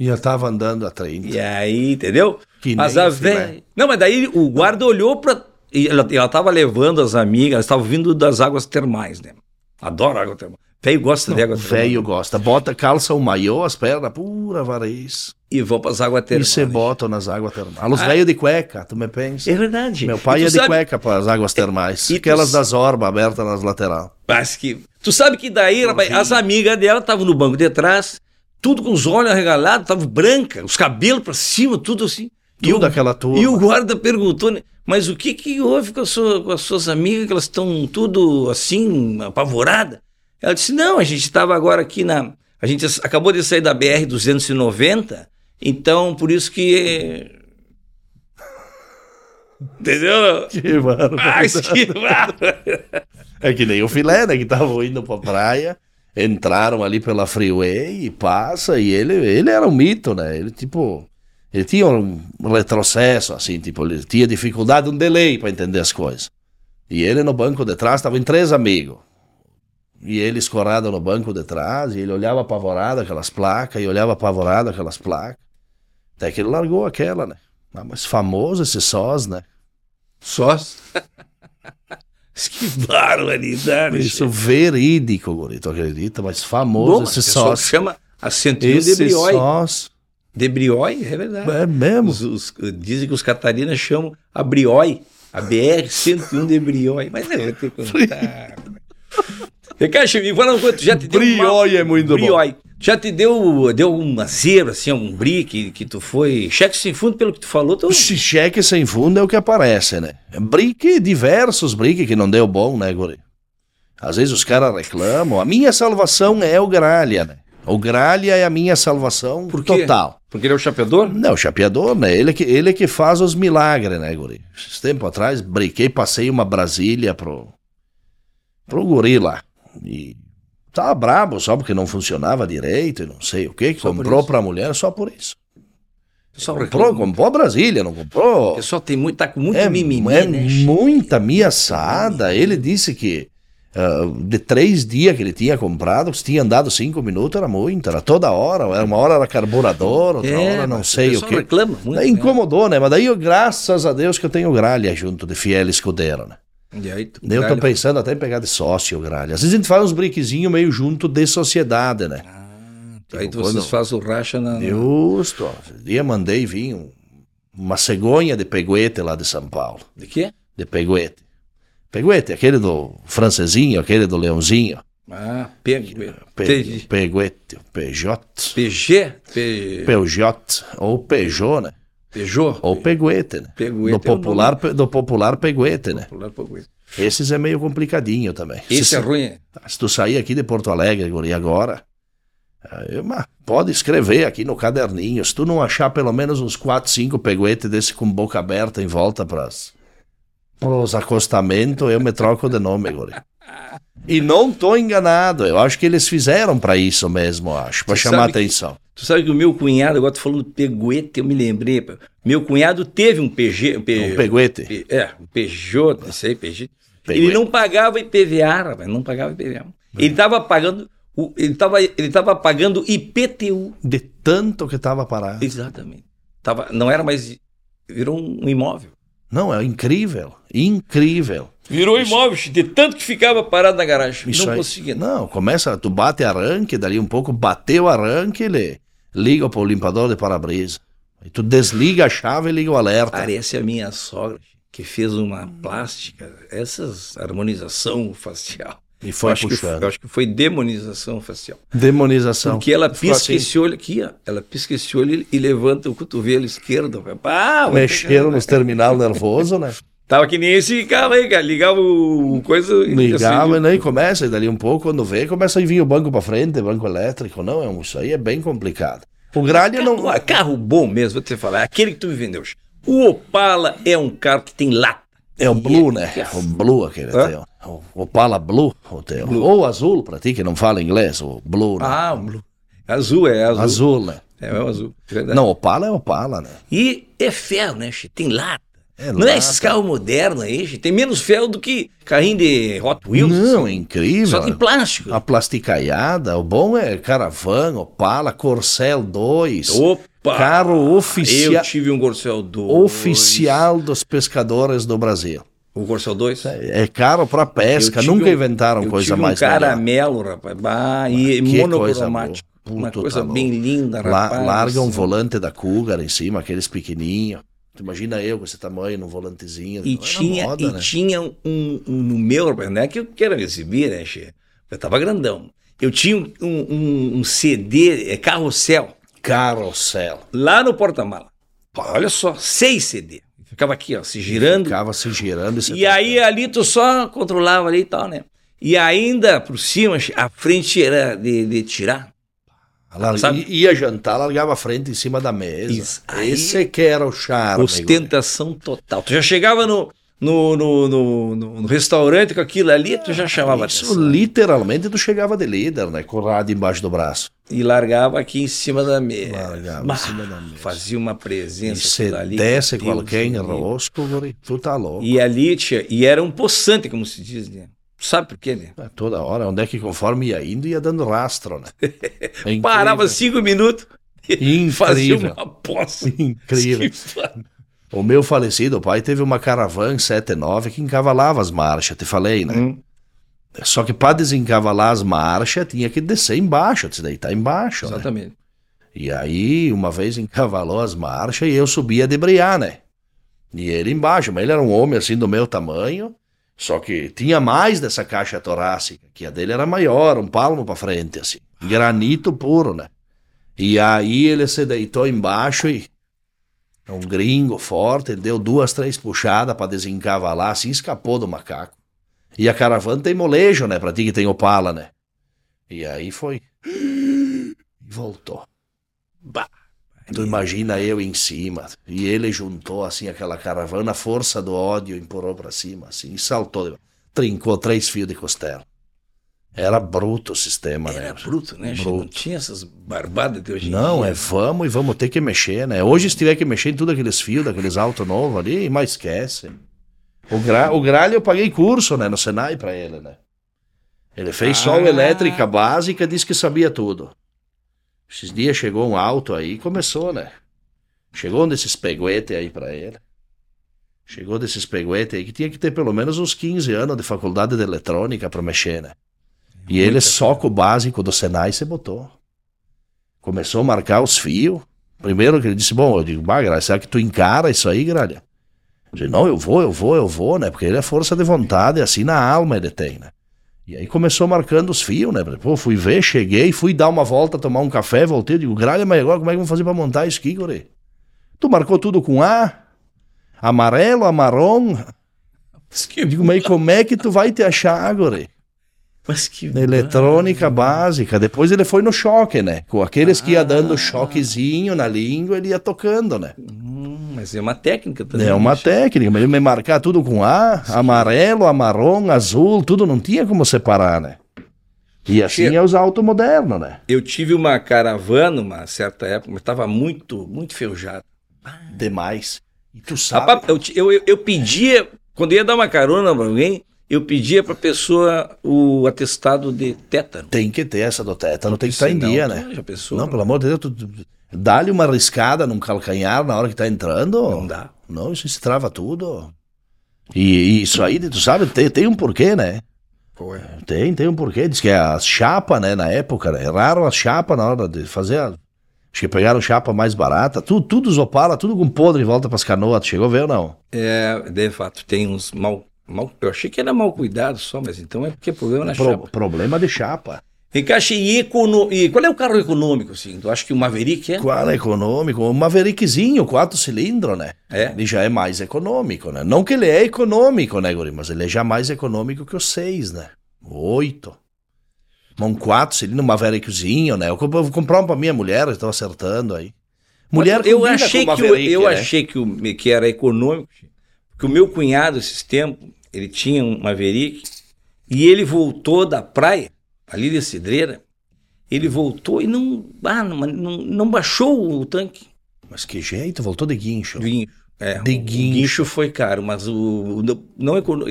B: E eu tava andando a 30.
A: E aí, entendeu?
B: Que
A: mas
B: nem
A: a
B: esse,
A: velha...
B: né?
A: Não, mas daí o guarda olhou pra... e Ela, ela tava levando as amigas, elas estavam vindo das águas termais, né? Adoro água termal. Velho gosta de água termal.
B: Velho gosta. Bota calça, um maiô, as pernas, pura variz.
A: E vão pras águas
B: E
A: termais.
B: se botam nas águas termais. Os
A: Ah.
B: velhos de cueca, tu me pensa.
A: É verdade.
B: Meu
A: E
B: pai
A: tu
B: ia de
A: sabe-
B: cueca para as águas termais.
A: e tu
B: aquelas
A: sa-
B: das orbas abertas nas lateral.
A: Mas que. Tu sabe que daí, rapaz, as amigas dela estavam no banco de trás, tudo com os olhos arregalados, estavam branca, os cabelos pra cima, tudo assim. e,
B: Tudo
A: o,
B: aquela turma.
A: e o guarda perguntou, né, mas o que que houve com, a sua- com as suas amigas, que elas estão tudo assim, apavorada? Ela disse, não, a gente estava agora aqui na... A gente ac- acabou de sair da BR-290, então por isso que... Entendeu?
B: Que
A: Ah,
B: barbaridade. É que nem o filé, né? Que estavam indo pra praia, entraram ali pela freeway e passa. E ele, ele era um mito, né? Ele, tipo, ele tinha um retrocesso, assim, tipo, ele tinha dificuldade, um delay pra entender as coisas. E ele no banco de trás, estavam em três amigos. E ele escorado no banco de trás, e ele olhava apavorado aquelas placas, e olhava apavorado aquelas placas. Até que ele largou aquela, né? Ah, mas famoso esse sós, né?
A: Sós? que barbaridade.
B: Isso é um verídico, Gorito, acredita? Mas famoso
A: Bom,
B: esse
A: esse pessoal
B: sócio.
A: chama a centrinha de
B: Esse
A: briói.
B: sócio.
A: De briói, é verdade.
B: É mesmo.
A: Os- os- dizem que os catarinas chamam a briói, a BR-101 de briói. um Mas eu vou te contar. Ricardo, me fala uma coisa, tu já te deu
B: Briói
A: uma-
B: é muito bom.
A: briói. Já te deu, deu uma zebra, assim, algum brique que tu foi... Cheque sem fundo, pelo que tu falou, tu...
B: Esse cheque sem fundo é o que aparece, né? Brique, diversos brique que não deu bom, né, Guri? Às vezes os caras reclamam. A minha salvação é o Gralha, né? O Gralha é a minha salvação
A: Por quê?
B: total.
A: Porque ele é o chapeador?
B: Não, o chapeador, né? Ele que, ele que faz os milagres, né, guri? Esse tempo atrás, brinquei, passei uma Brasília pro, pro guri lá. E tava brabo só porque não funcionava direito e não sei o que.
A: Só por
B: Comprou
A: isso.
B: pra mulher só por isso.
A: Pessoal,
B: Comprou, comprou a Brasília, não comprou.
A: O pessoal tem muito, tá com muito
B: é
A: mimimi,
B: é
A: né?
B: muita ameaçada. Ele disse que ah, de três dias que ele tinha comprado, se tinha andado cinco minutos, era muito, era toda hora. Era uma hora era carburador, outra hora não
A: É, mas
B: sei o
A: pessoal
B: que.
A: reclama muito.
B: Daí
A: né?
B: incomodou, né? Mas daí, eu, graças a Deus, que eu tenho gralha junto de fiel escudeiro, né?
A: E aí, tu-
B: Daí Eu tô
A: Gralha-
B: pensando até em pegar de sócio gralha. Às vezes a gente faz uns briquezinhos meio junto de sociedade, né?
A: Ah. Aí
B: Tipo,
A: vocês
B: quando-
A: fazem o racha na. na-
B: Justo. Esse dia mandei vir um- uma cegonha de peguete lá de São Paulo.
A: De quê?
B: De peguete. Peguete, aquele do francesinho, aquele do leãozinho.
A: Ah, PG.
B: Pe, peguete, PJ.
A: PG? P-
B: Peugeot, ou Peugeot, né?
A: Peugeot?
B: Ou peguete, né?
A: Peguete
B: do,
A: é o nome.
B: popular, pe- do popular peguete, né?
A: Popular Peguete.
B: Esses é meio complicadinho também.
A: Esse
B: se,
A: é ruim.
B: se tu sair aqui de Porto Alegre, guri, agora, aí, mas pode escrever aqui no caderninho. Se tu não achar pelo menos uns 4, 5 peguetes desse com boca aberta em volta pras, pros acostamentos, eu me troco de nome, guri. E não tô enganado, eu acho que eles fizeram pra isso mesmo, eu acho, pra
A: Você
B: chamar
A: sabe que-
B: atenção.
A: Tu sabe que o meu cunhado, agora tu falando peguete, eu me lembrei. pá. Meu cunhado teve um PG. Um
B: Um
A: PG
B: peguete.
A: Pe- É, um Peugeot, não sei, Peugeot.
B: Peguei.
A: Ele não pagava IPVA, rapaz, não pagava IPVA.
B: É.
A: Ele estava pagando, o- ele estava ele tava pagando IPTU.
B: De tanto que tava parado.
A: Exatamente. Tava, não era mais, virou um imóvel.
B: Não, é incrível, incrível.
A: Virou imóvel, de tanto que ficava parado na garagem.
B: Isso
A: não
B: aí.
A: conseguia.
B: Não, começa, tu bate arranque, dali um pouco, bateu arranque, ele liga pro limpador de para-brisa. Aí tu desliga a chave e liga o alerta.
A: Parece é a minha sogra, que fez uma plástica, essas harmonização facial.
B: E foi
A: Eu acho que-
B: puxando.
A: eu acho que foi demonização facial.
B: Demonização.
A: Porque ela
B: Ficou
A: pisca
B: assim.
A: esse olho aqui, ó. Ela pisca esse olho e levanta o cotovelo esquerdo. rapaz. Ah, vai
B: Mexeram
A: pegar. Assim,
B: nos terminal nervoso, né?
A: Tava que nem esse carro aí, cara. Ligava o o coisa. e
B: Ligava e
A: acendia.
B: nem começa, e dali um pouco, quando vê, começa a vir o banco pra frente, banco elétrico. Não, é um, isso aí é bem complicado. O gralha não.
A: Ué, carro bom mesmo, vou te falar. Aquele que tu me vendeu. O Opala é um carro que tem lata.
B: É o Blue, né?
A: Yes.
B: O Blue aquele
A: Hã?
B: teu. O Opala Blue, o teu. Ou azul, pra ti que não fala inglês, o Blue, né?
A: Ah, blue. Azul é azul.
B: azul, né?
A: É, é o azul. verdade.
B: Não, Opala é Opala, né?
A: E é ferro, né, che? Tem lata.
B: É
A: Não é
B: lata.
A: esses carros modernos aí, che? Tem menos ferro do que carrinho de Hot Wheels.
B: Não, Ah, é
A: Só
B: incrível.
A: de plástico.
B: A plasticaiada, o bom é Caravan, Opala, Corcel 2.
A: Opa!
B: Carro oficia-
A: Eu tive um Corcel 2.
B: Oficial dos pescadores do Brasil.
A: O Um Corcel 2?
B: É caro pra pesca,
A: Eu tive
B: nunca
A: um-
B: inventaram
A: eu
B: coisa
A: tive
B: mais
A: um
B: melhor.
A: caramelo, rapaz. Bah, e
B: Que coisa
A: monocromático.
B: boa.
A: uma
B: Puta,
A: coisa
B: tá
A: bem
B: louco.
A: linda,
B: La-
A: rapaz.
B: larga um volante da Cougar em cima, aqueles pequenininhos. Tu imagina eu com esse tamanho num volantezinho.
A: E
B: Era
A: tinha,
B: moda,
A: e
B: né?
A: tinha um, um- no meu, rapaz, não é que eu quero me exibir, né, che? Eu tava grandão. Eu tinha um, um- um CD, é, carrossel,
B: Carrossel.
A: lá no porta-mala. Pá, Olha só, seis CD. Ficava aqui, ó, se girando.
B: Ficava se girando. se
A: E aí ali tu só controlava ali e tal, né? E ainda por cima, che, a frente era de, de tirar.
B: Larga-
A: Sabe?
B: Ia jantar, largava a frente em cima da mesa.
A: Isso. Aí-
B: Esse é que era o charme. né?
A: ostentação total. Tu já chegava no, no, no, no- no- no restaurante com aquilo ali, tu já chamava
B: guri. Ah, Isso
A: atenção.
B: literalmente tu chegava de líder, né? Com o rádio embaixo do braço.
A: E largava aqui em cima da mesa.
B: Largava em
A: Bah,
B: cima da mesa.
A: Fazia uma
B: E
A: presença.
B: se
A: aquilo ali,
B: desce
A: meu Deus
B: qualquer
A: do céu.
B: enrosco, guri, tu tá louco.
A: E ali, tia, e era um poçante, como se diz, né? Tu Sabe por quê, né?
B: É, Toda hora, onde é que conforme ia indo, ia dando rastro, né? É
A: Parava
B: incrível.
A: cinco minutos e fazia um
B: Incrível.
A: uma poça.
B: Incrível.
A: Que fa-
B: O meu falecido pai teve uma caravan 79 que encavalava as marchas, te falei, né?
A: Hum.
B: Só que para desencavalar as marchas, tinha que descer embaixo, te deitar embaixo, né?
A: Exatamente.
B: E aí, uma vez encavalou as marchas e eu subia de briar, né? E ele embaixo, mas ele era um homem assim do meu tamanho, só que tinha mais dessa caixa torácica, que a dele era maior, um palmo pra frente, assim. Granito puro, né? E aí ele se deitou embaixo e. Um gringo forte, ele deu duas, três puxadas pra desencavalar, se escapou do macaco. E a caravana tem molejo, né? Pra ti que tem opala, né? E aí foi. E voltou.
A: Bah.
B: Tu imagina eu em cima. E ele juntou assim aquela caravana, a força do ódio empurrou pra cima, assim, e saltou. de- Trincou três fios de costela. Era bruto o sistema,
A: Era
B: né?
A: bruto, né? che? Não
B: Bruto.
A: tinha essas barbadas de hoje em
B: Não,
A: dia.
B: é vamos e vamos ter que mexer, né? Hoje se tiver que mexer em tudo aqueles fios, daqueles alto novo ali, mas esquece. O, gra... o gralho eu paguei curso, né, no Senai pra ele, né? Ele fez só
A: Ah.
B: o elétrica básica, disse que sabia tudo. Esses dias chegou um alto aí e começou, né? Chegou um desses peguete aí pra ele. Chegou desses peguete aí que tinha que ter pelo menos uns 15 anos de faculdade de eletrônica pra mexer, né? E ele só com o básico do Senai se botou. Começou a marcar os fios. Primeiro que ele disse, bom, eu digo, bah, Gralha, será que tu encara isso aí, Gralha? Eu disse, não, eu vou, eu vou, eu vou, né? Porque ele é força de vontade, assim na alma ele tem, né? E aí começou marcando os fios, né? Pô, fui ver, cheguei, fui dar uma volta, tomar um café, voltei, eu digo, Gralha, mas agora como é que vamos fazer pra montar isso aqui, guri? Tu marcou tudo com A? Amarelo, marrom?
A: Mas que,
B: Digo, mas como é que tu vai te achar, guri?
A: mas que
B: Na eletrônica básica. Depois ele foi no choque, né? Com aqueles que
A: Ah.
B: ia dando choquezinho na língua, ele ia tocando, né?
A: Hum, mas é uma técnica também.
B: É uma
A: bicho.
B: técnica, mas ele me marcar tudo com A, amarelo, amarrom, azul, tudo não tinha como separar, né? E assim
A: Che-
B: é os autos modernos, né?
A: Eu tive uma caravana, uma certa época, mas estava muito, muito feujado.
B: Demais. E tu sabe.
A: Rapaz, eu, ti- eu, eu- eu pedia, quando eu ia dar uma carona pra alguém, eu pedia pra pessoa o atestado de tétano.
B: Tem que ter essa do tétano, tem que estar em
A: Senão,
B: dia,
A: tu-
B: né?
A: Já pensou?
B: Não, pelo amor de Deus, tu, tu- dá-lhe uma riscada num calcanhar na hora que tá entrando.
A: Não dá.
B: Não, isso se trava tudo. E, e isso aí, tu sabe, tem, tem um porquê, né?
A: Pô, é.
B: Tem, tem um porquê. Diz que a chapa, né, na época, né, erraram a chapa na hora de fazer. a- Acho que pegaram chapa mais barata. Tudo, tudo zopala, tudo com podre em volta pras canoas. Tu Chegou a ver ou não?
A: É, de fato, tem uns mal, mal. Eu achei que era mal cuidado só, mas então é porque é problema na
B: Pro-
A: chapa.
B: Problema de chapa.
A: Vem cá, achei econo... e qual é o carro econômico, assim? Tu acha que o Maverick é?
B: Qual é econômico? Um maverickzinho, quatro cilindros, né?
A: É.
B: Ele já é mais econômico, né? Não que ele é econômico, né, Guri? Mas ele é já mais econômico que os seis, né? Oito. Mas Um quatro cilindros, um maverickzinho, né? Eu comp- eu vou comprar um pra minha mulher, eu tô acertando aí. Mulher
A: eu
B: combina com
A: achei que o,
B: Maverick,
A: eu
B: né?
A: achei que, o, que era econômico, porque o meu cunhado esses tempos, ele tinha um Maverick e ele voltou da praia, ali de Cidreira, ele voltou e não, ah, não, não, não baixou o tanque
B: Mas que jeito, voltou de guincho.
A: do guincho. É,
B: De
A: o- o
B: guincho.
A: guincho foi caro, mas o, o não- não econo-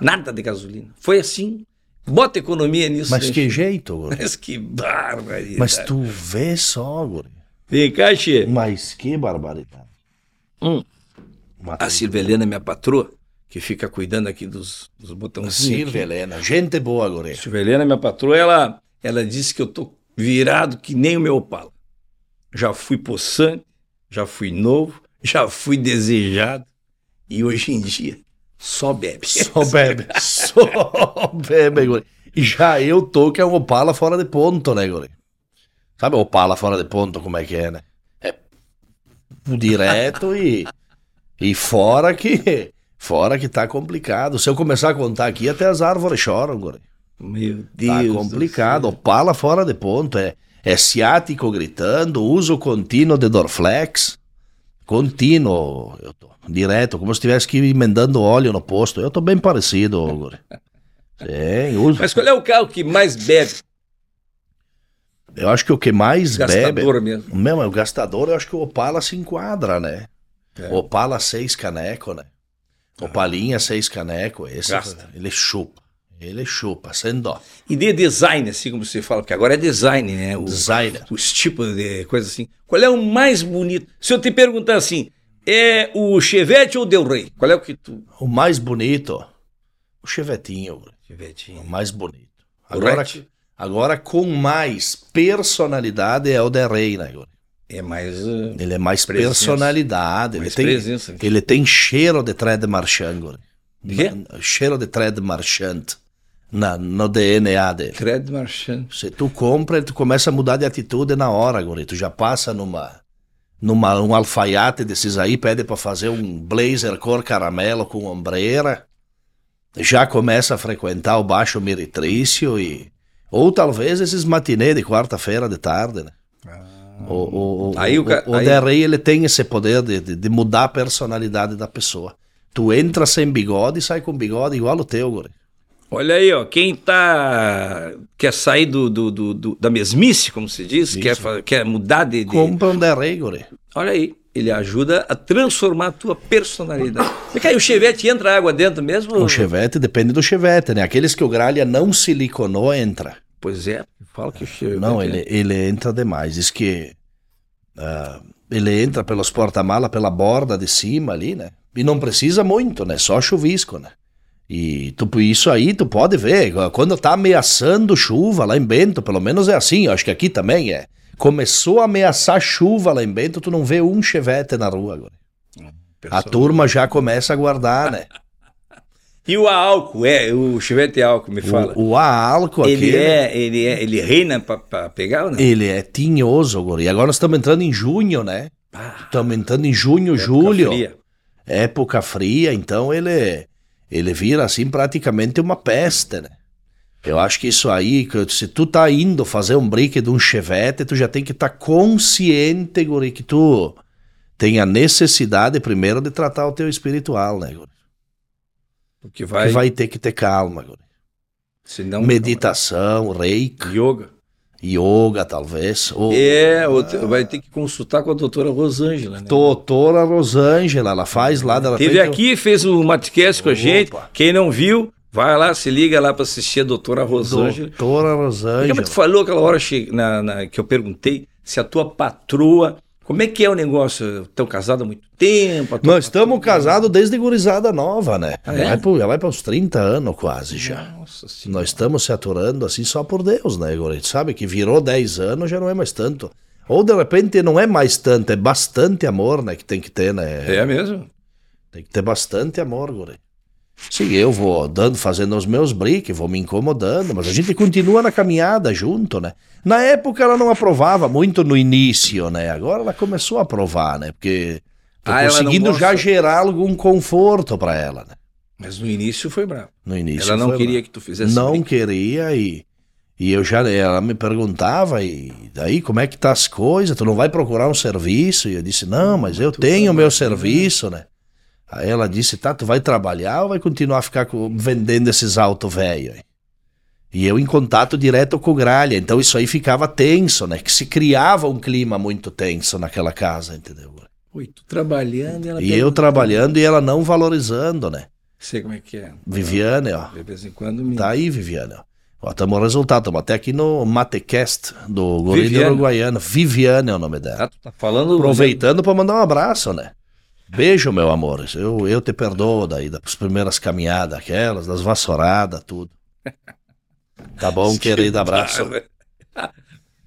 A: nada de gasolina. Foi assim. Bota economia nisso.
B: Mas
A: gente.
B: que jeito, guri.
A: mas que barbaridade.
B: Mas tu vê só, guri.
A: Vem cá, Che.
B: Mas que barbaridade.
A: Hum. Assim,
B: Uma
A: A Silvia Helena, minha patroa, que fica cuidando aqui dos, dos botãozinhos.
B: Silvia
A: aqui.
B: Helena, gente boa, guri.
A: Silvia Helena, minha patroa, ela, ela disse que eu tô virado que nem o meu Opala. Já fui possante, já fui novo, já fui desejado. E hoje em dia, só bebe.
B: Só bebe, só bebe, guri. E já eu tô que é um Opala fora de ponto, né, guri? Sabe Opala fora de ponto como é que é, né? É direto e, e fora que fora que tá complicado. Se eu começar a contar aqui, até as árvores choram, guri.
A: Meu
B: Tá
A: Deus. do
B: complicado. Opala fora de ponto. É, é ciático gritando, uso contínuo de Dorflex. Contínuo, eu tô direto, como se estivesse que emendando óleo no posto. Eu tô bem parecido, ô, guri. Sim, uso.
A: Mas qual é o carro que mais bebe?
B: Eu acho que o que mais bebe.
A: Gastador mesmo.
B: Mesmo, é o gastador, eu acho que o Opala se enquadra, né?
A: É. Ah.
B: Opala seis caneco, né? Opalinha seis caneco, esse
A: Gasta.
B: ele chupa. Ele chupa, sem dó.
A: E de design, assim como você fala, porque agora é design, né? O-
B: Designer.
A: os tipos de coisa assim. Qual é o mais bonito? Se eu te perguntar assim, é o Chevette ou o Del Rey? Qual é o que tu.
B: O mais bonito, o Chevetinho, guri. O
A: Chevetinho.
B: mais bonito. Agora,
A: Correto.
B: agora com mais personalidade é o The Rey, né? Igor?
A: É mais. uh,
B: Ele é mais
A: Presença.
B: personalidade. Ele
A: mais
B: tem,
A: presença.
B: ele tem cheiro de trade marchand. Igor.
A: De quê?
B: Na- Cheiro de trade marchand na, no DNA dele.
A: Cred Marchand.
B: Se tu compra, tu começa a mudar de atitude na hora, guri. Tu já passa numa, numa um alfaiate desses aí, pede pra fazer um blazer cor caramelo com ombreira. Já começa a frequentar o baixo meretrício e... Ou talvez esses matinê de quarta-feira de tarde, né? O, o, o,
A: Ah. Aí o
B: o,
A: ca-
B: o
A: aí-
B: Del Rey, ele tem esse poder de, de, de mudar a personalidade da pessoa. Tu entra sem bigode e sai com bigode igual o teu, guri.
A: Olha aí, ó. Quem tá. Quer sair do, do- do- do- da mesmice, como se diz, quer, fa- quer mudar de. de-
B: Compra um Del Rey, guri.
A: Olha aí. Ele ajuda a transformar a tua personalidade. Vem cá, e o Chevette entra água dentro mesmo?
B: O chevette depende do chevette, né? Aqueles que o gralha não siliconou entra.
A: Pois é, fala que o Chevette. é
B: Não, ele, ele entra demais. Diz que ah, ele entra pelos porta-mala, pela borda de cima ali, né? E não precisa muito, né? Só chuvisco, né? E tu, isso aí tu pode ver. Quando tá ameaçando chuva lá em Bento, pelo menos é assim, eu acho que aqui também é. Começou a ameaçar chuva lá em Bento, tu não vê um chevette na rua agora. A turma já começa a guardar, né?
A: E o álcool, é, o chivete álcool, me fala.
B: O, o álcool aqui. né?
A: ele, é, ele é, ele reina pra, pra pegar ou não?
B: Ele é tinhoso, guri. Agora nós estamos entrando em junho, né?
A: Ah,
B: Estamos entrando em junho,
A: época
B: julho.
A: fria.
B: Época fria, então ele ele vira assim praticamente uma peste, né? Eu acho que isso aí, que se tu tá indo fazer um brique de um chevette, tu já tem que estar consciente, guri, que tu tem a necessidade primeiro de tratar o teu espiritual, né, guri?
A: Porque
B: Que
A: vai,
B: vai ter que ter calma, guri.
A: Então, senão
B: Meditação, reiki,
A: yoga.
B: yoga, talvez. Ou...
A: É, ou te- vai ter que consultar com a doutora Rosângela, né?
B: Doutora Rosângela, ela faz lá da
A: Teve aqui, fez o Matcast com a gente.
B: Opa.
A: Quem não viu, vai lá, se liga lá pra assistir a doutora Rosângela.
B: um Doutora
A: Lembra
B: Rosângela.
A: que tu falou aquela hora che- na- na- que eu perguntei se a tua patroa. Como é que é o negócio? Estão casados há muito tempo? a tua
B: Nós estamos casados desde gurizada nova, né?
A: Ah, é?
B: Vai pro- já vai para uns 30 anos quase já.
A: Nossa senhora.
B: Nós estamos se aturando assim só por Deus, né, Igor? A gente Sabe que virou 10 anos, já não é mais tanto. Ou de repente não é mais tanto, é bastante amor, né, que tem que ter, né?
A: É mesmo?
B: Tem que ter bastante amor, guri. Sim, eu vou dando, fazendo os meus briques, vou me incomodando, mas a gente continua na caminhada junto, né? Na época ela não aprovava muito no início, né? Agora ela começou a aprovar, né? Porque tô
A: Ah, ela não
B: conseguindo já
A: gosta.
B: gerar algum conforto pra ela, né?
A: Mas no início foi bravo.
B: No início.
A: Ela não
B: foi-
A: queria que tu fizesse
B: Não
A: brinco.
B: queria e, e eu já, ela me perguntava e daí como é que tá as coisas, tu não vai procurar um serviço? E eu disse, não, mas eu
A: Tu
B: tenho o
A: trabalha,
B: meu
A: né?
B: serviço, né? Aí ela disse, tá, tu vai trabalhar ou vai continuar a ficar co- vendendo esses autos velho? aí?" E eu em contato direto com o Gralha, então isso aí ficava tenso, né? Que se criava um clima muito tenso naquela casa, entendeu?
A: Oi, tu trabalhando ela um-
B: E eu trabalhando e ela não valorizando, né?
A: Sei como é que é.
B: Viviane, ó,
A: De vez em quando me.
B: Tá aí, Viviana. Ó, tamo o resultado, tamo até aqui no Matecast do Guri do
A: Viviana.
B: Uruguaiana. Viviana é o nome dela.
A: Ah, tu tá falando.
B: Aproveitando pra mandar um abraço, né? Beijo, meu amor. Eu, eu te perdoo daí, das primeiras caminhadas, aquelas, das vassouradas, tudo. Tá bom, querido, abraço.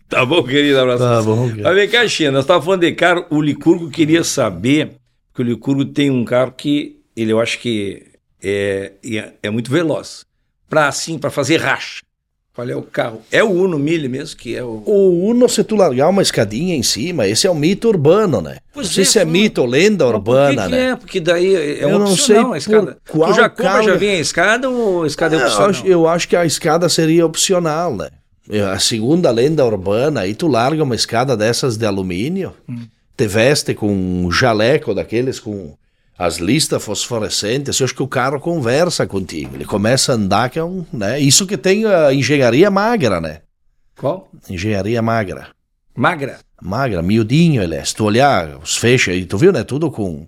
A: Tá bom, querido, abraço.
B: Tá bom, querido.
A: Mas vem cá, China, nós estávamos falando de carro, o Licurgo queria saber, porque o Licurgo tem um carro que ele, eu acho que é, é, é muito veloz, para assim, para fazer racha. Qual é o carro? É o Uno Mille mesmo, que é o...
B: O Uno, se tu largar uma escadinha em cima, esse é um mito urbano, né?
A: Pois
B: não sei
A: é,
B: se é
A: foi-
B: mito ou lenda urbana,
A: Por que que
B: né?
A: é? Porque daí é
B: Eu não
A: opcional
B: sei
A: a escada.
B: por qual
A: tu já compra,
B: carro-
A: já vem a escada ou a escada é
B: Eu
A: opcional?
B: acho, eu acho que a escada seria opcional, né? É, A segunda lenda urbana, aí tu larga uma escada dessas de alumínio, te veste com um jaleco daqueles com as listas fosforescentes, eu acho que o carro conversa contigo, ele começa a andar que é um, né? Isso que tem a engenharia magra, né?
A: Qual?
B: Engenharia magra.
A: Magra.
B: Magra, miudinho ele é. Se tu olhar os feixes aí, tu viu, né? Tudo com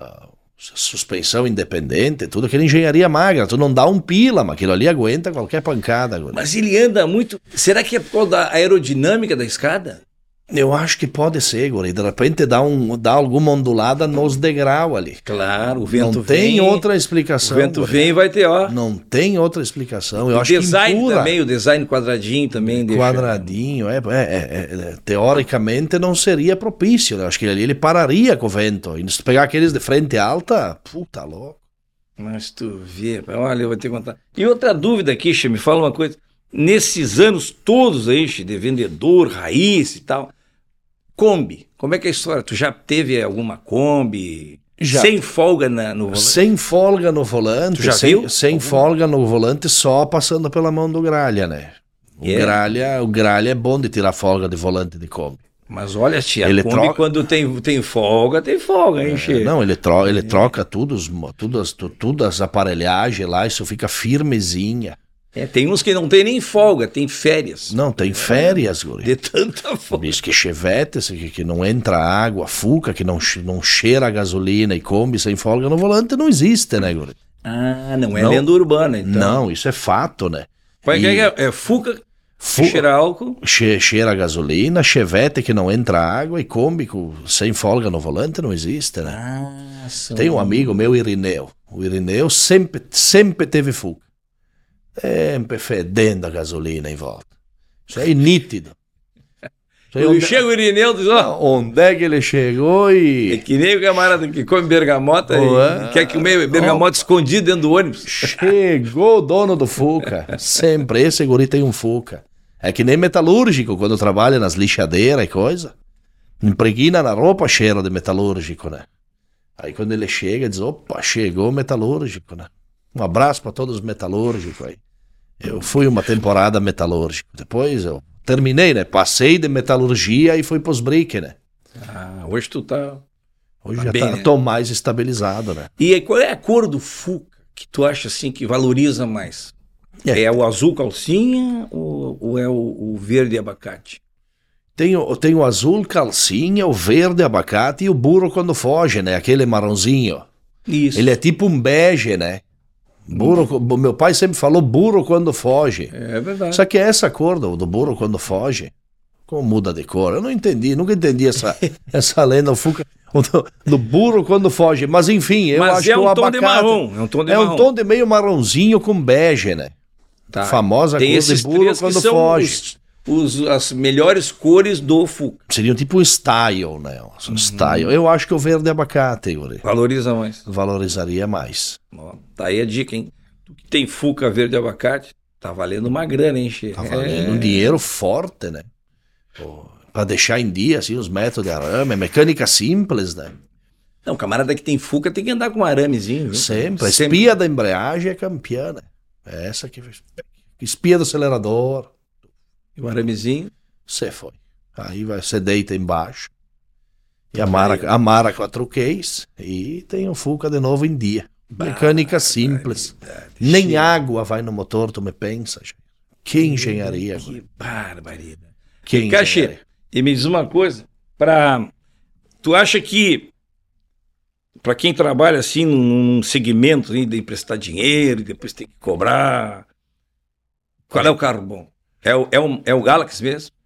B: ah, suspensão independente, tudo aquela engenharia magra. Tu não dá um pila, mas aquilo ali aguenta qualquer pancada. Agora.
A: Mas ele anda muito... Será que é por causa da aerodinâmica da escada?
B: Eu acho que pode ser, guri. De repente dá, um, dá alguma ondulada nos degrau ali.
A: Claro, o vento
B: não tem
A: vem,
B: outra
A: O
B: explicação.
A: vento
B: guri.
A: vem e vai ter, ó...
B: Não tem outra explicação. Eu
A: o
B: acho
A: design
B: que empurra.
A: também, o design quadradinho também. Deixa...
B: Quadradinho, é, é, é, é, teoricamente não seria propício. Né? Acho que ali ele pararia com o vento. E se tu pegar aqueles de frente alta, puta louco.
A: Mas tu vê, olha, eu vou te contar. E outra dúvida aqui, Xê, me fala uma coisa. Nesses anos todos aí, Xê, de vendedor, raiz e tal, Kombi, como é que é a história? Tu já teve alguma Kombi
B: Já.
A: sem folga na- no volante?
B: Sem folga no
A: Tu
B: volante,
A: já
B: sem,
A: viu?
B: sem
A: Alguma?
B: folga no volante só passando pela mão do gralha, né? O,
A: É.
B: gralha, o gralha é bom de tirar folga de volante de Kombi.
A: Mas olha, tia,
B: Ele
A: Kombi
B: troca- É,
A: quando tem, tem folga, tem folga, hein, Xê?
B: Não, ele, tro
A: É.
B: ele troca tudo, os, mo- tudo, as, tu- tudo as aparelhagens lá, isso fica firmezinha.
A: É, tem uns que não tem nem folga, tem férias.
B: Não, tem férias, guri.
A: É. De tanta folga.
B: Diz que chevette, esse que, que não entra água, fuca, que não, che- não cheira a gasolina e Kombi sem folga no volante não existe, né, guri?
A: Ah, não é
B: Não.
A: lenda urbana, então.
B: Não, isso é fato, né?
A: Qual é que
B: E
A: é? É Fuca,
B: Fu-
A: cheira álcool.
B: che- cheira a gasolina, chevette que não entra água e Kombi com- sem folga no volante não existe, né?
A: Nossa.
B: Tem um amigo meu, Irineu. O Irineu sempre, sempre teve fuga. Sempre fedendo a gasolina em volta. Isso aí é nítido. Isso aí
A: Eu
B: onde-
A: chego o Irineu e diz, ó,
B: onde é que ele chegou
A: é
B: e...
A: que nem o camarada que come bergamota
B: Ué.
A: e quer comer bergamota escondido dentro do ônibus.
B: Chegou o dono do Fuca. Sempre esse guri tem um Fuca. É que nem metalúrgico, quando trabalha nas lixadeiras e coisa. Impregna na roupa cheiro de metalúrgico, né? Aí quando ele chega, diz: opa, chegou o metalúrgico, né? Um abraço para todos os metalúrgicos aí. Eu fui uma temporada metalúrgico. Depois eu terminei, né? Passei de metalurgia e fui pros brick, né?
A: Ah, hoje tu tá.
B: Hoje
A: Tá
B: já
A: bem,
B: tá,
A: né?
B: tô mais estabilizado, né?
A: E aí, qual é a cor do Fuca que tu acha assim que valoriza mais?
B: É.
A: É, o azul calcinha ou, ou é o, o verde abacate?
B: Tem o, tem o azul calcinha, o verde abacate e o burro quando foge, né? Aquele marronzinho.
A: Isso.
B: Ele é tipo um bege, né? Burro, co- meu pai sempre falou burro quando foge.
A: É verdade.
B: Só que essa cor do, do burro quando foge, como muda de cor? Eu não entendi, nunca entendi essa, essa lenda fuca do, do burro quando foge. Mas enfim, eu
A: Mas
B: acho
A: é
B: que
A: um
B: o
A: tom
B: abacate
A: de marrom. É um tom de
B: é
A: marrom.
B: um tom de meio marronzinho com bege, né?
A: Tá.
B: Famosa
A: Tem
B: cor de
A: esses
B: burro
A: três que
B: quando
A: são
B: foge.
A: os- os- as melhores cores do Fuca.
B: Seria um tipo um style, né? Um style. Eu acho que o verde abacate, Yuri,
A: Valoriza mais.
B: valorizaria mais.
A: Ó, Tá aí a dica, hein? Tu que tem Fuca verde abacate, tá valendo uma grana, hein, Che? É.
B: Tá valendo um dinheiro forte, né? Pô, Pra deixar em dia, assim, os métodos de arame, mecânica simples, né?
A: Não, camarada que tem Fuca tem que andar com um aramezinho, viu?
B: Sempre. A espia da embreagem é campeã, né? É essa que Espia do acelerador,
A: Um aramezinho.
B: você foi. Aí vai, você deita embaixo. E amara, amara quatro case e tem o Fuca de novo em dia. Mecânica simples. Nem água vai no motor, tu me pensa. gente. Que
A: Hum.
B: engenharia,
A: Que
B: que,
A: barbaridade.
B: que engenharia.
A: Cachê, e me diz uma coisa, pra... tu acha que para quem trabalha assim num num segmento assim, de emprestar dinheiro e depois tem que cobrar, qual é o carro bom? É o, é o, é o Galaxy mesmo?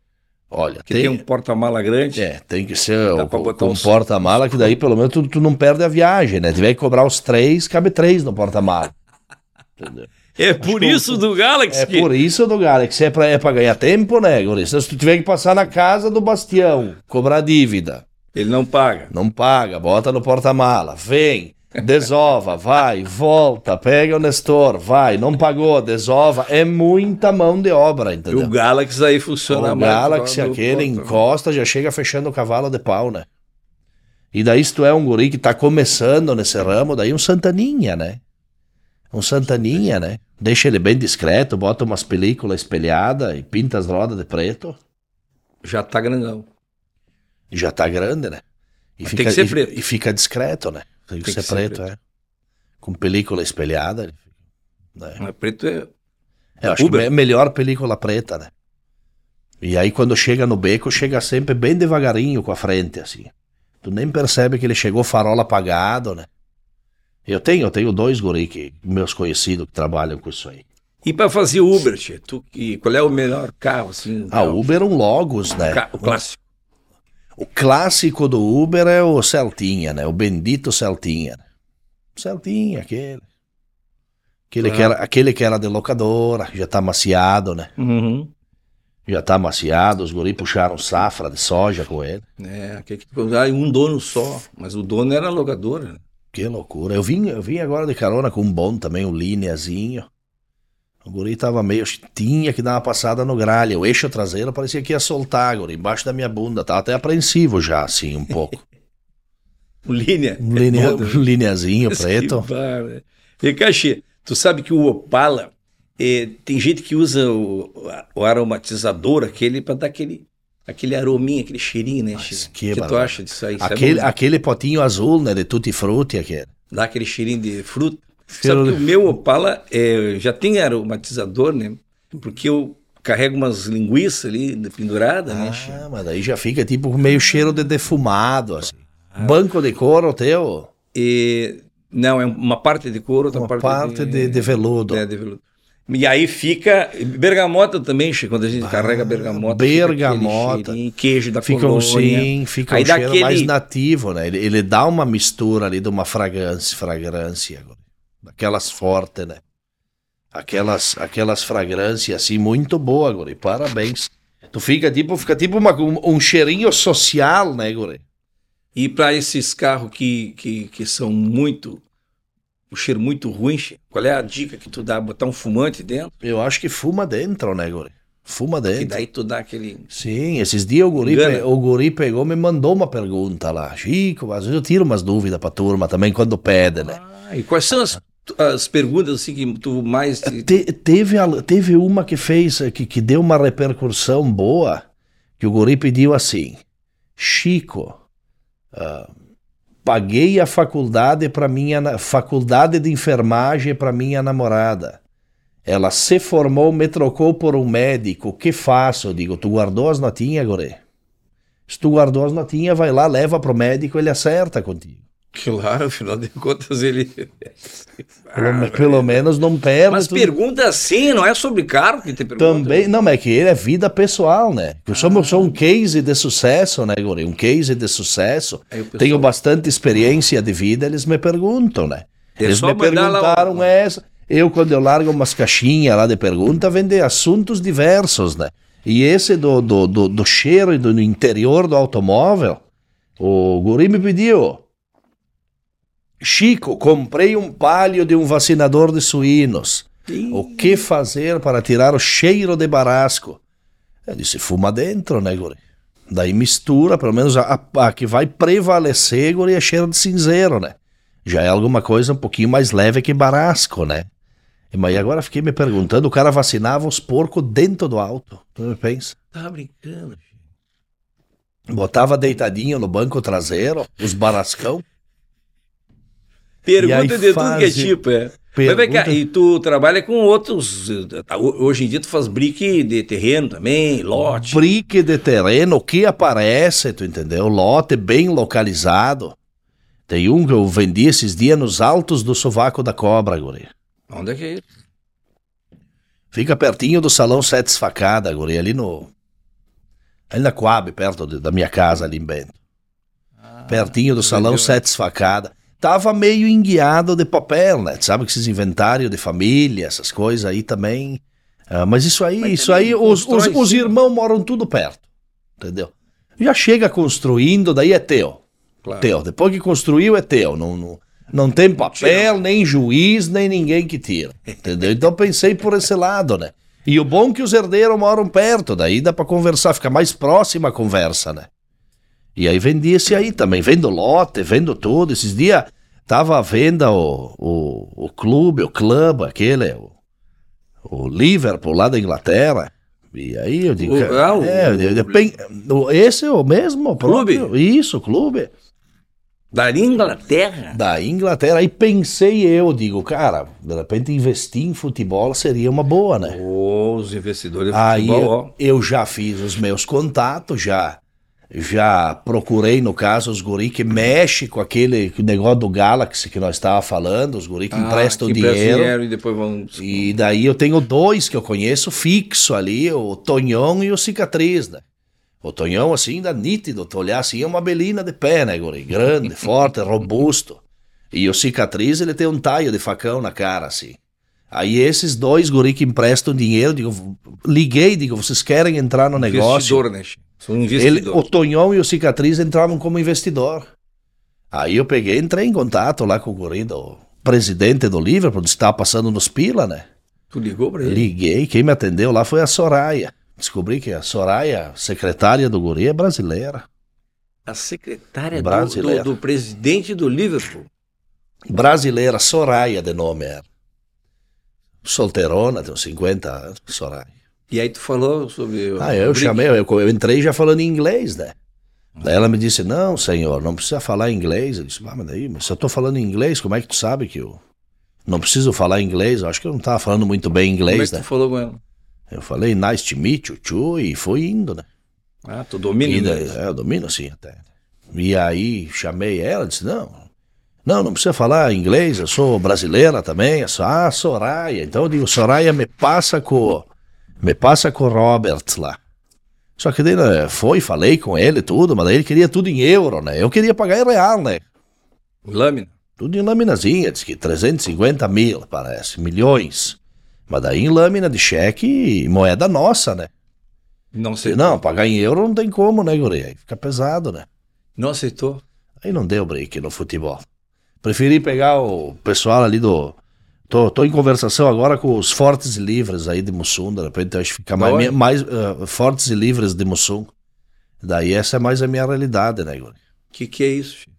B: Olha,
A: Que tem, um porta-mala grande?
B: É, tem que ser
A: Dá
B: o,
A: pra
B: com-
A: botar
B: com
A: uns-
B: porta-mala, que daí pelo menos tu, tu não perde a viagem, né? Tiver que cobrar os três, cabe três no porta-mala. Entendeu?
A: É, por
B: que o-
A: isso do Galaxy
B: É
A: que-
B: por isso do Galaxy, é pra, é pra ganhar tempo, né, Guri? Se tu tiver que passar na casa do Bastião, cobrar dívida,
A: ele não paga.
B: não paga, bota no porta-mala, vem, desova, vai, volta, pega o Nestor, vai, não pagou, desova, é muita mão de obra,
A: E o
B: entendeu? Então,
A: Galaxy aí
B: O
A: funciona mais.
B: Galaxy,
A: do-
B: aquele
A: do-
B: encosta, já chega fechando o cavalo de pau, né? E daí, se tu é um guri que tá começando nesse ramo, daí um Santaninha, né? Um Santaninha, né? Deixa ele bem discreto, bota umas películas espelhadas e pinta as rodas de preto,
A: Já tá grandão.
B: e já tá grande, né? E
A: Mas tem que ser
B: e-
A: preto.
B: E, fica discreto, né? Tem que,
A: Tem
B: ser, preto, é. Com película espelhada. ele fica- né?
A: Mas preto é.
B: Eu acho que
A: Uber.
B: me- melhor película preta, né? E aí quando chega no beco, chega sempre bem devagarinho com a frente, assim. Tu nem percebe que ele chegou farol apagado, né? Eu tenho, eu tenho dois guri que, meus conhecidos que trabalham com isso aí.
A: E pra fazer Uber, tchê, tu, e qual é o melhor carro assim?
B: Ah,
A: o
B: o Uber é um Logos, né?
A: ca- o clássico.
B: O clássico do Uber é o Celtinha, né? O bendito Celtinha. Celtinha, aquele. Aquele, que era, aquele que era de locadora, já tá maciado, né?
A: Uhum.
B: Já tá maciado, os guri puxaram safra de soja com ele.
A: É, aquele que tu- ah, um dono só, mas o dono era a logadora. né?
B: Que loucura. Eu vim, eu vim agora de carona com um bom também, um lineazinho. O guri tava meio. Tinha que dar uma passada no gralha. O eixo traseiro parecia que ia soltar, guri, embaixo da minha bunda. Tava até apreensivo já, assim, um pouco.
A: O Linha.
B: Um, linea,
A: Todo.
B: um lineazinho
A: Esse
B: preto.
A: que bar, né? E Caxi, tu sabe que o Opala, eh, tem gente que usa o, a- o aromatizador aquele pra dar aquele, aquele arominha, aquele cheirinho, né, Chico? O
B: Ah, que
A: que, tu
B: barato.
A: acha disso aí? Sabe
B: Aquele,
A: onde
B: aquele potinho azul, né? De tutti frutti aquele.
A: Dá aquele cheirinho de fruta.
B: Cheiro
A: sabe
B: de
A: que o meu Opala eh, já tem aromatizador, né? Porque eu carrego umas linguiças ali penduradas, né, Chico?
B: Ah, mas daí já fica tipo com meio cheiro de defumado, assim. Banco de couro teu,
A: E, não, é uma parte de couro, outra
B: uma
A: parte,
B: parte de, de veludo.
A: É, de veludo. E aí fica. Bergamota também, Chico, quando a gente carrega bergamota. fica aquele
B: Ah, bergamota.
A: cheirinho, Queijo da
B: Fica um
A: colônia.
B: sim, fica
A: Aí
B: um
A: dá
B: cheiro
A: aquele-
B: mais nativo, né? Ele, ele dá uma mistura ali de uma fragrância, fragrância, daquelas fortes, né? Aquelas, aquelas fragrâncias assim muito boa, guri. Parabéns. Tu fica tipo, fica tipo uma- um, um cheirinho social, né, guri?
A: E para esses carros que, que, que são muito. O cheiro muito ruim, Chico, qual é a dica que tu dá? Botar um fumante dentro?
B: Eu acho que fuma dentro, né, guri? Fuma
A: E
B: dentro.
A: daí tu dá aquele.
B: Sim, esses dias o guri,
A: Engana.
B: pe- o guri pegou e me mandou uma pergunta lá. Chico, às vezes eu tiro umas dúvidas pra turma também quando pede, né?
A: Ah, e quais são as, as perguntas assim, que tu mais. te-
B: Te- teve, a- teve uma que fez, eh, que, que deu uma repercussão boa, que o guri pediu assim, Chico, ah, paguei a faculdade para minha na- faculdade de enfermagem para minha namorada. Ela se formou, me trocou por um médico. O que faço? Eu digo, tu guardou as notinhas, guri? Se tu guardou as notinhas, vai lá, leva pro médico, ele acerta contigo.
A: Claro, afinal de contas ele.
B: Pelo, me- pelo menos não perde.
A: Mas
B: tu-
A: pergunta assim, não é sobre carro que tem pergunta.
B: Também, não, mas é que ele é vida pessoal, né? Eu sou, eu
A: Ah.
B: sou um case de sucesso, né, Guri? Um case de sucesso.
A: Aí o pessoal-
B: Tenho bastante experiência de vida, eles me perguntam, né?
A: É
B: Eles
A: só
B: me
A: mandar lá o-
B: perguntaram essa. Eu, quando eu largo umas caixinhas lá de pergunta, vem de assuntos diversos, né? E esse do, do, do, do cheiro e do interior do automóvel, o Guri me pediu. Chico, comprei um palio de um vacinador de suínos.
A: Ih,
B: O que fazer para tirar o cheiro de barasco? Eu disse, fuma dentro, né, guri? Daí mistura, pelo menos a, a- a que vai prevalecer, guri, é cheiro de cinzeiro, né? Já é alguma coisa um pouquinho mais leve que barasco, né? E, Mas agora fiquei me perguntando, o cara vacinava os porcos dentro do auto. Tu me pensa?
A: Tá brincando. gente.
B: Botava deitadinho no banco traseiro, os barascão.
A: Pergunta
B: E aí
A: de tudo que é
B: faz-
A: tipo, é. Mas vem cá,
B: Pergunta...
A: e tu trabalha com outros. eh, tá, ho- Hoje em dia tu faz brick de terreno também, lote.
B: Brique de terreno que aparece, tu entendeu? Lote bem localizado. Tem um que eu vendi esses dias nos altos do sovaco da cobra, guri.
A: Onde é que é isso?
B: Fica pertinho do salão Sete Facada, guri, ali no. Ali na Coab, perto de- da minha casa, ali em Bento. Ah, pertinho do salão
A: entendeu.
B: Sete Facada. Tava meio enguiado de papel, né? Tu Sabe que esses inventários de família, essas coisas aí também. Ah, mas isso aí,
A: Mas
B: isso aí,
A: também
B: os, os,
A: constrói em
B: os
A: cima.
B: irmãos moram tudo perto. Entendeu? Já chega construindo, daí é teu.
A: Claro.
B: Teu. Depois que construiu, é teu. Não, não, não tem papel, nem juiz, nem ninguém que tira. Entendeu? Então pensei por esse lado, né? E o bom é que os herdeiros moram perto, daí dá pra conversar, fica mais próxima a conversa, né? E aí vendi esse aí também, vendo lote, vendo tudo. Esses dias tava à venda o, o, o clube, o club, aquele, o, o Liverpool lá da Inglaterra. E aí eu digo.
A: O-
B: cara,
A: ah, o-
B: é, eu digo, pen- o- esse é o mesmo, o
A: Clube?
B: próprio? Isso, o clube.
A: Da Inglaterra?
B: Da Inglaterra. Aí pensei eu, digo, cara, de repente investir em futebol seria uma boa, né?
A: Ô, Os investidores de
B: Aí
A: futebol, ó.
B: eu, eu já fiz os meus contatos, já já procurei, no caso, os guri que mexe com aquele negócio do Galaxy que nós estávamos falando, os guri que emprestam
A: Ah, que empresta
B: dinheiro.
A: e depois vão.
B: E daí eu tenho dois que eu conheço fixo ali, o Tonhão e o Cicatriz, né? O Tonhão, assim, dá nítido, tu olhar assim, é uma belina de pé, né, guri? Grande, forte, robusto. E o Cicatriz, ele tem um taio de facão na cara, assim. Aí esses dois guri que emprestam dinheiro, digo, liguei, digo, vocês querem entrar no negócio?
A: Investidor, né? Chico? São investidores.
B: Ele, o Tonhão e o Cicatriz entravam como investidor. Aí eu peguei, entrei em contato lá com o guri do presidente do Liverpool, que estava passando nos pila, né?
A: Tu ligou pra ele?
B: Liguei, quem me atendeu lá foi a Soraya. Descobri que a Soraya, secretária do Guri, é brasileira.
A: A secretária do- do,
B: Brasileira.
A: do presidente do Liverpool.
B: Brasileira, Soraya de nome era. Solteirona, tem uns 50 anos, Soraya.
A: E aí tu falou sobre.
B: Ah, eu chamei, eu, eu entrei já falando em inglês, né? Daí ela me disse, não, senhor, não precisa falar inglês. Eu disse, ah, mas daí, mas se eu tô falando inglês, como é que tu sabe que eu não preciso falar inglês? Eu acho que eu não tava falando muito bem
A: Como é
B: inglês,
A: que tu
B: né?
A: falou com ela?
B: Eu falei, nice to meet you, too, e foi indo, né?
A: Ah, tu domina.
B: E
A: né?
B: daí, é, eu domino assim até. E aí chamei ela, disse, não, não, não precisa falar inglês, eu sou brasileira também, eu sou, ah, Soraya. Então eu digo, Soraya me passa com, me passa com o Robert lá. Só que daí né, foi, falei com ele tudo, mas daí ele queria tudo em euro, né? Eu queria pagar em real, né?
A: Lâmina.
B: Tudo em laminazinha, diz que 350 mil, parece, milhões. Mas daí em lâmina de cheque, moeda nossa, né?
A: Não aceitou.
B: Não, pagar em euro não tem como, né, guri? Aí fica pesado, né?
A: Não aceitou.
B: Aí não deu break no futebol. Preferi pegar o pessoal ali do, Tô, tô em conversação agora com os fortes e livres aí de Mussum, de repente acho que fica mais,
A: Olha.
B: mais ah, fortes e livres de Mussum. Daí essa é mais a minha realidade, né, Igor?
A: Que que é isso? filho?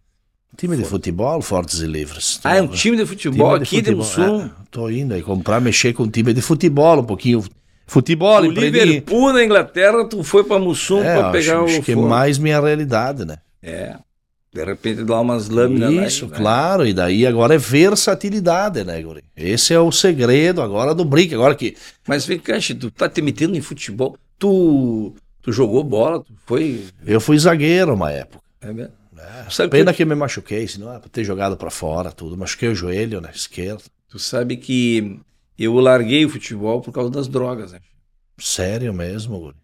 B: Time de futebol, fortes e livres.
A: Ah, é um time de futebol aqui de Mussum.
B: É, tô indo aí comprar, mexer com time de futebol um pouquinho. Futebol,
A: O
B: empreendi-
A: Liverpool na Inglaterra, tu foi pra Mussum
B: É,
A: pra pegar
B: acho,
A: o
B: acho que é
A: fogo.
B: mais minha realidade, né?
A: É. De repente dá umas lâminas lá.
B: Isso,
A: né?
B: claro. E daí agora é versatilidade, né, Guri? Esse é o segredo agora do brinque. Agora que
A: Mas vem cá, Chico, tu tá te metendo em futebol. Tu, tu jogou bola, tu foi.
B: eu fui zagueiro uma época.
A: É mesmo? Sabe
B: Pena
A: que,
B: que eu me machuquei, senão era pra ter jogado pra fora tudo. Machuquei o joelho né, na esquerda.
A: tu sabe que eu larguei o futebol por causa das drogas, né?
B: Sério mesmo, Guri.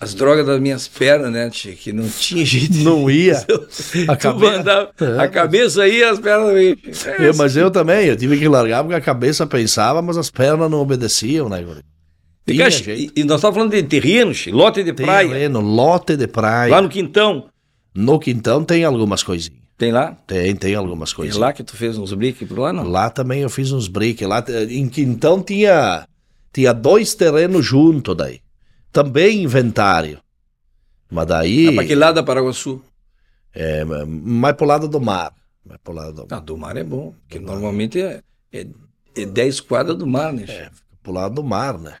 A: As drogas das minhas pernas, né, Tchê? Que não tinha jeito.
B: Não ia.
A: A, tu
B: Acabei-
A: mandava,
B: É,
A: a
B: mas-
A: cabeça aí as pernas aí. Tchê. É,
B: Eu, mas eu também, eu tive que largar porque a cabeça pensava, mas as pernas não obedeciam, né, Guri?
A: vem cá,
B: Tinha
A: Tchê,
B: jeito.
A: e, e nós estamos falando de terreno, Tchê, lote de praia.
B: Terreno, lote de praia.
A: Lá no quintão.
B: No quintão tem algumas coisinhas.
A: Tem lá?
B: Tem, tem algumas
A: Tem
B: coisinhas.
A: lá que tu fez uns brinques por lá, não?
B: Lá também eu fiz uns break. Lá eh, em Quintão tinha, tinha dois terrenos junto daí. Também inventário. Mas
A: É
B: daí.
A: pra aquele lado da Paraguaçu.
B: é, ma- mais pro lado do mar. Mais pro lado do
A: Ah,
B: mar.
A: do mar é bom, porque normalmente é, é, é 10 quadras do mar, né? Chico?
B: Pro lado do mar, né?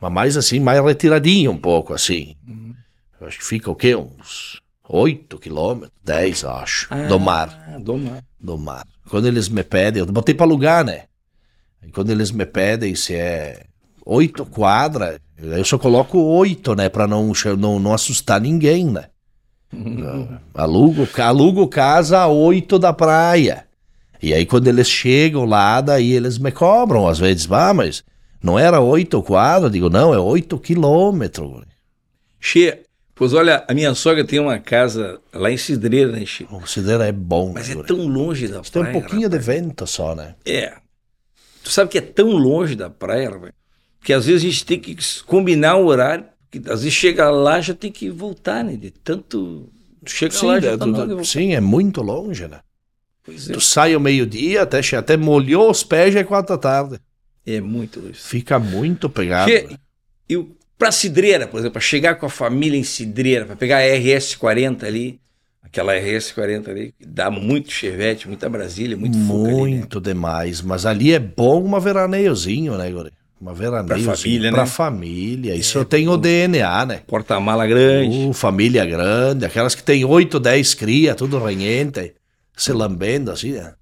B: Mas mais assim, mais retiradinho um pouco, assim.
A: Uhum.
B: Eu acho que fica o quê? Uns 8 quilômetros? 10, eu acho. Do mar.
A: Ah, do mar.
B: Do mar. Quando eles me pedem, eu botei pra alugar, né? E quando eles me pedem se é oito quadras, eu só coloco oito, né? Pra não, che- não, não assustar ninguém, né? Alugo, ca- alugo casa a oito da praia. E aí quando eles chegam lá, daí eles me cobram. Às vezes, ah, mas não era oito quadras? Eu Digo, não, é oito quilômetros.
A: Che, pois olha, a minha sogra tem uma casa lá em Cidreira, né, Che?
B: O Cidreira é bom.
A: Mas
B: né,
A: é
B: guri?
A: tão longe da
B: Tem
A: praia.
B: um pouquinho de
A: rapaz.
B: vento só, né?
A: É. Tu sabe que é tão longe da praia, rapaz, que às vezes a gente tem que combinar o horário, que às vezes chega lá já tem que voltar, né? De tanto. Tu chega lá já
B: é,
A: tá
B: do-
A: na hora de
B: do-
A: voltar.
B: sim, é muito longe, né?
A: Pois é.
B: Tu sai ao meio-dia, até, che- até molhou os pés já é quatro da tarde.
A: É muito longe.
B: Fica muito pegado. né?
A: Che- e o- pra Cidreira, por exemplo, pra chegar com a família em Cidreira, pra pegar a RS-40 ali, aquela RS-40 ali, que dá muito chevette, muita Brasília, muito,
B: Muito,
A: fogo ali, né?
B: demais. Mas ali é bom uma veraneiozinho, né, Guri? Uma veraneiozinho.
A: Pra família,
B: pra
A: né?
B: família. Isso tem o DNA, né?
A: Porta-mala grande.
B: Uh, família grande, aquelas que tem 8, 10 cria, tudo ranhente, se lambendo assim, né?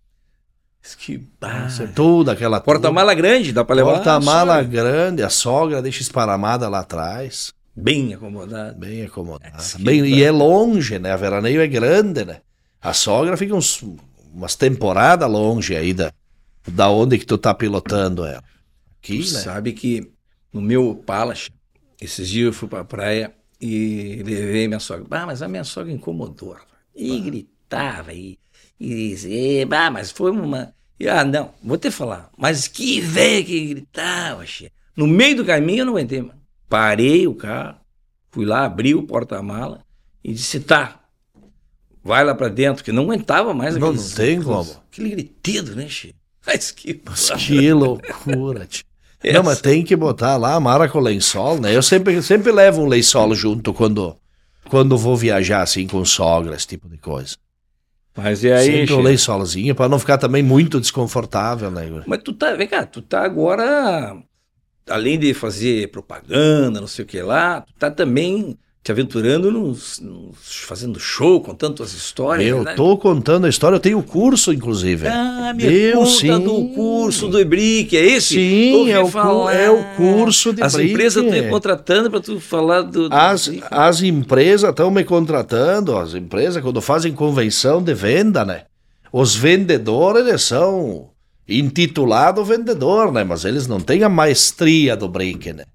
A: Que barra.
B: Isso é Tudo aquela
A: Ah. Porta-mala né? grande, dá pra levar.
B: Porta-mala
A: sabe?
B: grande, a sogra deixa esparamada lá atrás.
A: Bem acomodado.
B: Bem acomodado.
A: Essa
B: Bem,
A: vida.
B: e é longe, né? A veraneio é grande, né? A sogra fica uns, umas temporadas longe aí da, da onde que tu tá pilotando ela. Aqui,
A: Tu
B: né?
A: sabe que no meu Opala, che- esses dias eu fui pra praia e levei minha sogra. Ah, mas a minha sogra incomodou. rapaz. E gritava e, e dizia, "Bah, mas foi uma... E, ah, não, vou te falar. Mas que velho que gritava, che. No meio do caminho eu não aguentei, mano. Parei o carro, fui lá, abri o porta-mala e disse, tá, vai lá pra dentro, que não aguentava mais
B: Não,
A: aqueles-
B: não tem como.
A: Aquele gritido, né, che? Mas que...
B: Mas né? que loucura, tio.
A: Essa-
B: Não, mas tem que botar lá a Mara com lençol, né? Eu sempre, sempre levo um lençol junto quando, quando vou viajar, assim, com sogra, esse tipo de coisa.
A: Mas e
B: sempre
A: che?
B: um lençolzinho, pra não ficar também muito desconfortável, né? Igor?
A: Mas tu tá, vem cá, tu tá agora, além de fazer propaganda, não sei o que lá, tu tá também te aventurando nos, nos- fazendo show, contando tuas histórias.
B: Eu
A: né?
B: tô contando a história, eu tenho o curso, inclusive.
A: Ah, me
B: Eu
A: conta
B: sim.
A: do curso do Ebrick, é esse?
B: Sim,
A: Ouvi
B: é o, cu-
A: falar.
B: é o curso de
A: As
B: brick.
A: empresas estão te contratando pra tu falar do... do
B: As,
A: Ebrick.
B: as empresas estão me contratando, as empresas, quando fazem convenção de venda, né? Os vendedores eles são intitulados vendedor, né? Mas eles não têm a maestria do break, né?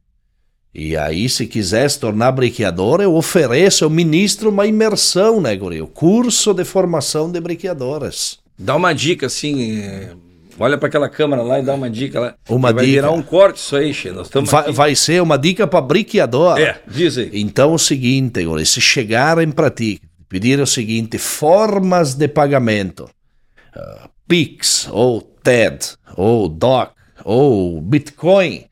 B: E aí, se quiser se tornar brequeador, eu ofereço, eu ministro uma imersão, né, Guri? O curso de formação de brequeadores.
A: Dá uma dica, assim, é, olha pra aquela câmera lá e dá uma dica lá.
B: Uma
A: vai
B: dica.
A: virar um corte isso aí, Xê, nós estamos
B: Vai, vai ser uma dica para brequeador.
A: É, diz aí.
B: Então, o seguinte, Igor, se chegarem para ti, pedir o seguinte, formas de pagamento, ah, PIX ou TED, ou DOC, ou Bitcoin,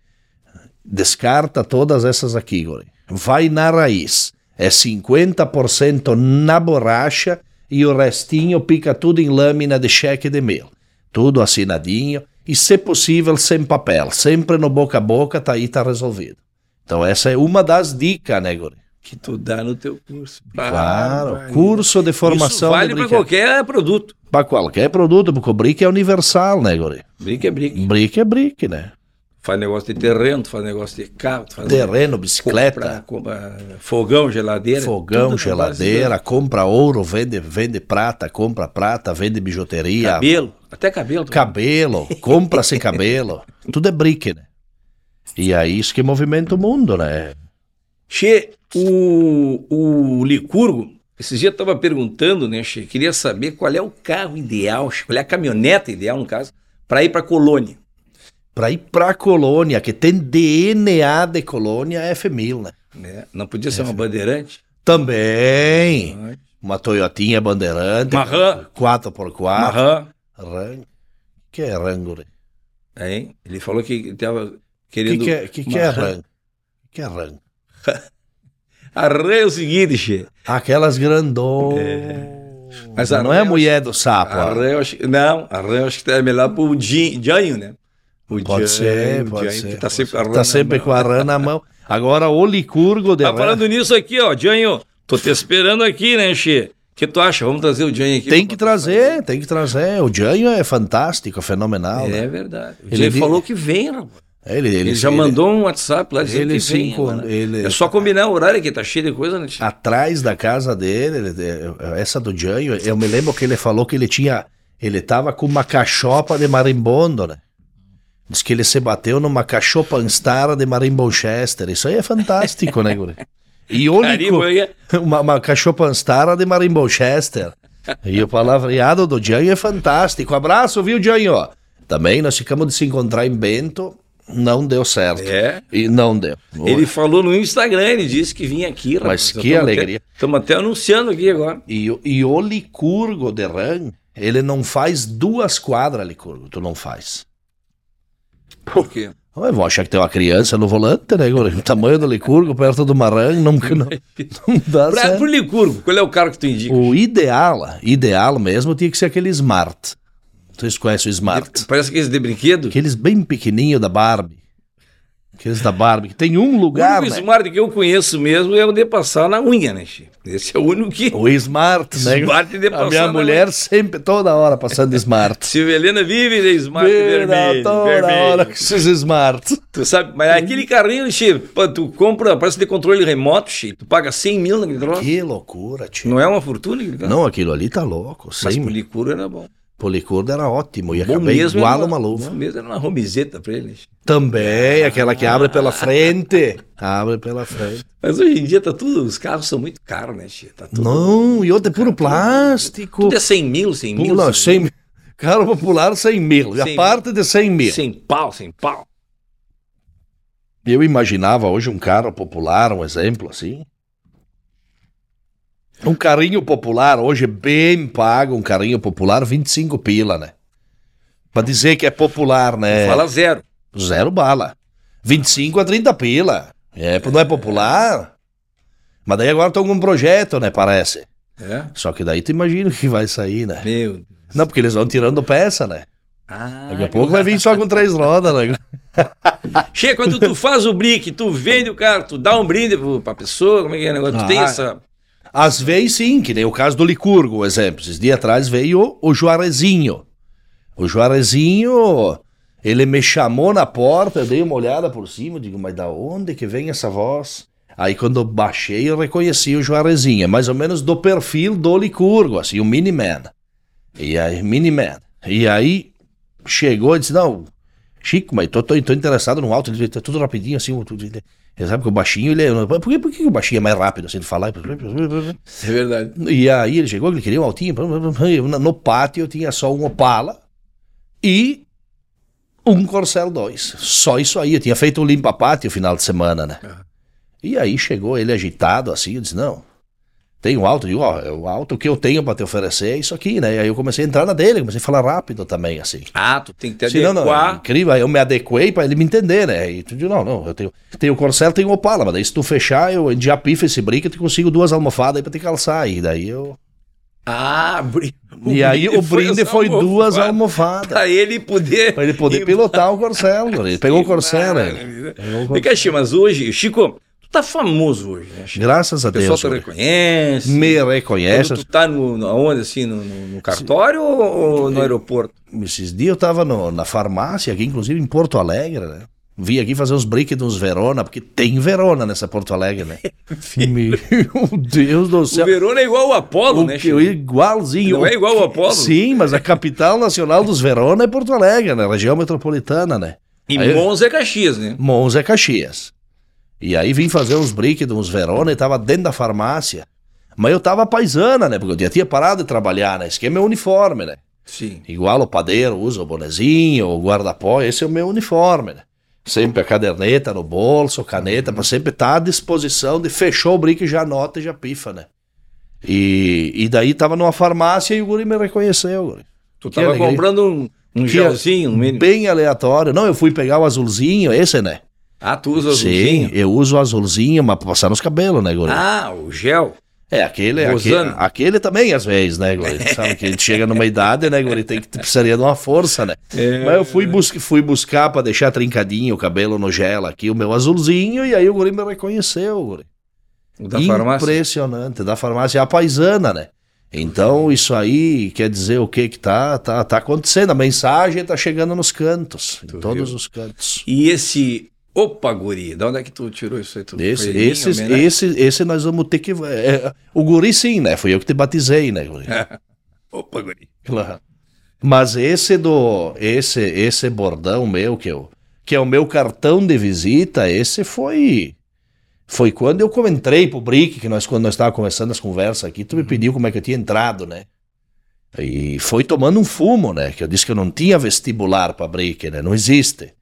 B: descarta todas essas aqui, guri. Vai na raiz. É 50% na borracha e o restinho pica tudo em lâmina de cheque de mil. Tudo assinadinho e, se possível, sem papel. Sempre no boca a boca, tá aí, tá resolvido. Então essa é uma das dicas, né, guri?
A: Que tu dá no teu curso.
B: Claro,
A: Barbaridade.
B: curso de formação
A: Ah, Isso vale
B: de
A: para
B: brinquedo.
A: qualquer produto.
B: Para qualquer produto, porque o brick é universal, né, guri?
A: Brinca é brinca.
B: Brick é brick, né?
A: Faz negócio de terreno, tu faz negócio de carro, tu faz
B: Terreno,
A: compra-
B: bicicleta,
A: compra- fogão, geladeira.
B: fogão,
A: tudo na base
B: geladeira, compra ouro, vende, vende prata, compra prata, vende
A: do
B: bijuteria,
A: Cabelo, até cabelo.
B: cabelo, compra sem cabelo. Tudo é brick, né? E é isso que movimenta o mundo, né?
A: Che, o, o Licurgo, esses dias eu estava perguntando, né, Che, queria saber qual é o carro ideal, che, qual é a caminhoneta ideal, no caso, para ir para colônia.
B: Pra ir pra colônia, que tem DNA de colônia, é F1000, né?
A: né? Não podia
B: É.
A: ser uma bandeirante?
B: Também! Uma Toyotinha Bandeirante.
A: Uma RAM.
B: 4x4.
A: Aham.
B: Ran... Que é rango? né?
A: Hein? Ele falou que estava
B: Que
A: querendo...
B: que é, que que
A: uma
B: é
A: RAM.
B: rango? Que é rango?
A: A RAM é o seguinte, Che.
B: Aquelas grandonas.
A: Mas um
B: Mas
A: a
B: não é
A: RAM-
B: mulher do sapo.
A: A
B: ó.
A: RAM, eu acho, não, a RAM eu acho que é melhor para o Janho, né? O
B: Pode ser, pode
A: Janho,
B: ser.
A: que Tá sempre, a RAM
B: Tá
A: na
B: sempre
A: mão.
B: com a rã na mão. Agora o licurgo de
A: Tá
B: rã.
A: falando nisso aqui, ó, Janho. Tô te esperando aqui, né, Che? O que tu acha? Vamos trazer o Janho aqui.
B: Tem que trazer, tem que trazer. O Janho é fantástico, é fenomenal. né?
A: É verdade. O
B: Ele
A: Janho
B: vi-
A: falou que vem, rapaz.
B: Ele, ele-
A: Ele, já
B: ele-
A: mandou um WhatsApp lá dizendo
B: ele
A: que
B: se
A: vem.
B: encon-
A: mano.
B: ele-
A: É só combinar o horário que tá cheio de coisa, né, Che?
B: atrás da casa dele, ele- ele- essa do Janho, eu me lembro que ele falou que ele tinha, ele tava com uma cachopa de marimbondo, né? Diz que ele se bateu numa cachopa Anstara de marimbochester. Isso aí é fantástico, né, guri? E o
A: Carimbo
B: licu-
A: aí é-
B: uma, uma cachopa Anstara de marimbochester. E o palavreado do Janho é fantástico. Abraço, viu, Janho? Também nós ficamos de se encontrar em Bento, não deu certo.
A: É.
B: E não deu.
A: Ele falou no Instagram, ele disse que vinha aqui, rapaz.
B: Mas que alegria.
A: Estamos até anunciando aqui agora.
B: E, o- e o Licurgo de Ran, ele não faz duas quadras, Licurgo, tu não faz.
A: Por quê?
B: Eu vou achar que tem uma criança no volante, né? guri? O tamanho do Licurgo perto do Maran nunca não, não dá
A: Pra, pro
B: tá certo.
A: Licurgo, qual é o carro que tu indica?
B: O ideal, ideal mesmo, tinha que ser aquele Smart. Vocês conhecem o Smart?
A: Parece que esse de brinquedo.
B: Aqueles bem pequenininho da Barbie. Aqueles da Barbie, que tem um lugar,
A: o único
B: né?
A: Smart que eu conheço mesmo é o de passar na unha, né, Che? Esse é o único que.
B: O Smart, né?
A: Smart de
B: A
A: passar
B: minha
A: na
B: mulher sempre, toda hora, passando de Smart.
A: Silvelena vive de Smart
B: Vira
A: vermelho.
B: toda
A: vermelho.
B: hora com esses Smart.
A: Tu sabe, mas é aquele carrinho, Che, pô, tu compra, parece de controle remoto, Che, tu paga 100 mil naquele troço.
B: Que loucura, tio.
A: Não é uma fortuna aquele carro?
B: Não, aquilo ali tá louco.
A: Mas
B: Sem
A: pro Licurgo era bom.
B: policurdo era ótimo. E
A: Bom
B: acabei
A: era
B: igual
A: uma-
B: uma
A: Bom
B: luva.
A: mesmo era uma romizeta pra ele, né, Che?
B: Também, aquela que abre pela frente. Abre pela frente.
A: Mas hoje em dia tá tudo, os carros são muito caros, né, Che? Tá tudo,
B: Não, e outra é puro plástico.
A: tudo é 100 mil, 100 mil.
B: Pula, 100 mil. Carro popular 100 mil. E
A: Cem
B: a parte de 100 mil.
A: Sem pau, sem pau.
B: Eu imaginava hoje um carro popular, um exemplo assim. Um carrinho popular, hoje bem pago, um carrinho popular, 25 pila, né? Pra dizer que é popular, né?
A: Fala zero.
B: Zero bala. 25 a 30 pila. É, não é popular. Mas daí agora estão com um projeto, né? Parece.
A: É?
B: Só que daí tu imagina o que vai sair, né?
A: Meu Deus.
B: Não, porque eles vão tirando peça, né?
A: Ah,
B: Daqui a pouco vai vir só com três rodas, né?
A: Che, quando tu faz o brick, tu vende o carro, tu dá um brinde pro- pra pessoa, como é que é o negócio? Tu tem
B: Ah.
A: essa.
B: Às vezes sim, que nem o caso do Licurgo, por exemplo. Esses dias atrás veio o Juarezinho. O Juarezinho, ele me chamou na porta, eu dei uma olhada por cima, digo, mas da onde que vem essa voz? Aí quando eu baixei, eu reconheci o Juarezinho, é mais ou menos do perfil do Licurgo, assim, o Miniman. E aí, Miniman. E aí, chegou e disse, não, Chico, mas tô, tô, tô interessado no alto, ele tá tudo rapidinho, assim, tudo, ele, ele sabe que o baixinho, ele é... Por que, por que o baixinho é mais rápido, assim, de falar?
A: É verdade.
B: E aí ele chegou, ele queria um altinho. eu, No pátio eu tinha só um Opala e um Corcel 2. Só isso aí. Eu tinha feito um limpa-pátio no final de semana, né?
A: Aham.
B: E aí chegou ele agitado assim. Eu disse: Não, Tem o alto, digo, ó, é o alto que eu tenho pra te oferecer é isso aqui, né? E aí eu comecei a entrar na dele, comecei a falar rápido também, assim.
A: Ah, tu tem que te
B: Sim, não, não, é
A: adequar.
B: incrível, aí eu me adequei pra ele me entender, né? E tu diz, não, não, eu tenho, tenho o Corcel, tenho o Opala, mas daí se tu fechar, eu endiapifa esse brinco e te consigo duas almofadas aí pra te calçar, e daí eu...
A: Ah, bri...
B: e aí o brinde
A: as
B: foi duas
A: almofadas.
B: almofadas,
A: Pra ele poder.
B: pra ele poder
A: ir-
B: pilotar o Corcel, guri. ele pegou o Corcel, né?
A: Maravilha.
B: Pegou o
A: Vem
B: Corcel.
A: cá, Chico, mas hoje, Chico, tu tá famoso hoje, né,
B: tá
A: Chico?
B: Graças a
A: O pessoal
B: Deus,
A: te
B: guri.
A: reconhece.
B: me
A: Quando
B: reconhece,
A: tu tá no, no, aonde, assim, no, no- no cartório ou
B: É,
A: ou no aeroporto?
B: Esses dias eu tava no- na farmácia aqui, inclusive em Porto Alegre, né? Vim aqui fazer uns brinques dos Verona, porque tem Verona nessa Porto Alegre, né? Meu Deus do
A: O
B: céu.
A: Verona é igual o Apolo,
B: O
A: né,
B: que
A: Chico?
B: eu igualzinho.
A: Não é igual o Apolo?
B: Sim, mas a capital nacional dos Verona é Porto Alegre, né? Região metropolitana, né?
A: E
B: Aí-
A: Monza é Caxias, né?
B: Monza é Caxias. E aí vim fazer uns brinques dos Verona e tava dentro da farmácia. Mas eu tava paisana, né? Porque eu já tinha parado de trabalhar, né? Esquema é uniforme, né?
A: Sim.
B: Igual o padeiro usa o bonezinho, o guarda-pó, esse é o meu uniforme, né? Sempre a caderneta no bolso, caneta, para sempre estar à disposição de fechou o brinco, já anota e já pifa, né? E, e daí tava numa farmácia e o guri me reconheceu, guri.
A: Tu
B: Que
A: tava
B: alegria.
A: comprando um, um
B: Que-
A: gelzinho, no mínimo.
B: Bem aleatório. Não, eu fui pegar o azulzinho, esse, né?
A: Ah, tu usa
B: Sim,
A: azulzinho?
B: eu uso o azulzinho, mas pra passar nos cabelos, né, guri?
A: Ah, o gel.
B: É, aquele, aquele,
A: Gozando.
B: aquele também, às vezes, né, Guri? Sabe que a gente chega numa idade, né, Guri? Tem que precisaria de uma força, né?
A: É.
B: Mas eu fui, busca- fui buscar pra deixar trincadinho o cabelo no gel aqui, o meu azulzinho, e aí o Guri me reconheceu, Guri.
A: O da farmácia.
B: Impressionante, da farmácia a paisana, né? Então, isso aí quer dizer o que que tá, tá, tá acontecendo. A mensagem tá chegando nos cantos, em
A: Tu
B: todos
A: viu?
B: os cantos.
A: E esse Opa Guri, de onde é que tu tirou isso aí? Tu
B: Esse,
A: foi em
B: esse,
A: homenagem?
B: esse, esse nós vamos ter que. é, o guri, sim, né? Fui eu que te batizei, né, Guri?
A: Opa Guri.
B: Claro. Mas esse do esse esse bordão meu que eu que é o meu cartão de visita, esse foi foi quando eu co- entrei pro Brick, que nós quando nós estávamos começando as conversas aqui, tu me pediu como é que eu tinha entrado, né? E foi tomando um fumo, né? Que eu disse que eu não tinha vestibular para Brick, né? Não existe.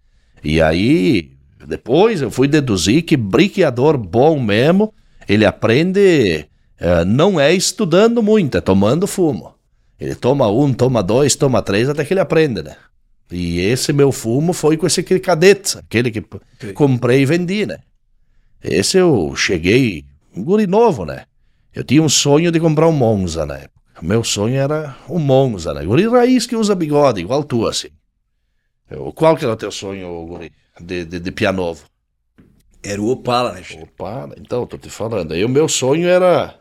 B: E aí depois eu fui deduzir que briqueador bom mesmo, ele aprende eh, não é estudando muito, é tomando fumo. Ele toma um, toma dois, toma três, até que ele aprende, né? E esse meu fumo foi com esse cadete, aquele que p-
A: Sim.
B: comprei e vendi, né? Esse eu cheguei, um guri novo, né? Eu tinha um sonho de comprar um Monza na época. Meu sonho era um Monza, né? Guri raiz que usa bigode, igual tu, assim. Eu- qual que era o teu sonho, guri, de, de, de pianovo?
A: Era o Opala, né? Chico?
B: Opa, então, tô te falando. Aí o meu sonho era...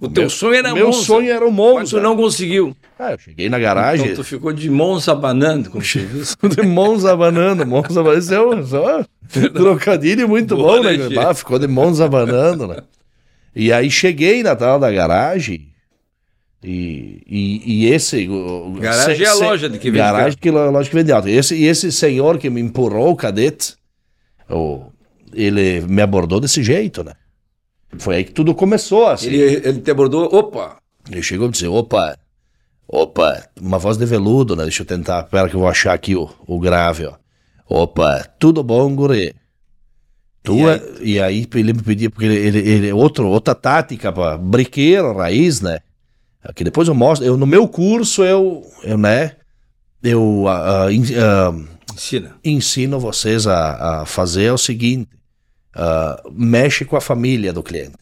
A: O teu
B: meu-
A: sonho era
B: meu
A: Monza.
B: sonho era o
A: Mas
B: Monza.
A: tu não conseguiu.
B: Ah, eu cheguei na garagem...
A: Então tu ficou de Monza banando, como se diz.
B: de Monza Banana, Monza Banana, isso é um só trocadilho muito
A: Boa,
B: bom, né?
A: né, Gê?
B: Ah, ficou de Monza Banana, né? E aí cheguei na tal da garagem e, e, e esse... o- o-
A: Garagem é a loja de que vende
B: Garagem que lo- loja que vende auto. Esse, e esse senhor que me empurrou o cadete, o- ele me abordou desse jeito, né? Foi aí que tudo começou, assim.
A: Ele, ele te abordou, opa,
B: Ele chegou e disse, opa, opa, uma voz de veludo, né? Deixa eu tentar, pera que eu vou achar aqui o, o grave, ó. Opa, tudo bom, guri? Tua, e, aí, ele me pedia, porque ele, ele, ele- outro, outra tática para briqueiro, raiz, né? Que depois eu mostro, eu, no meu curso eu, eu né, eu ah, ah, en- ah,
A: ensina.
B: ensino vocês a, a fazer é o seguinte: ah, mexe com a família do cliente,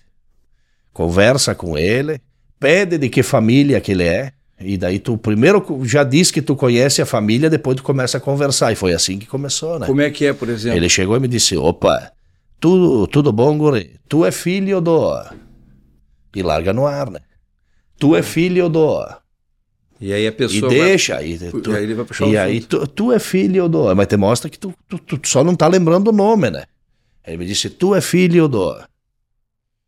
B: conversa com ele, pede de que família que ele é, e daí tu primeiro co- já diz que tu conhece a família, depois tu começa a conversar. E foi assim que começou, né?
A: Como é que é, por exemplo?
B: Ele chegou e me disse: opa, tudo, tudo bom, guri? Tu é filho do. E larga no ar, né? Tu é filho do.
A: E aí a
B: E
A: pessoa vai...
B: deixa. E, tu,
A: E aí ele vai puxar o
B: e aí
A: assunto.
B: tu, tu é filho do. Mas te mostra que tu, tu- tu só não tá lembrando o nome, né? Ele me disse, tu é filho do.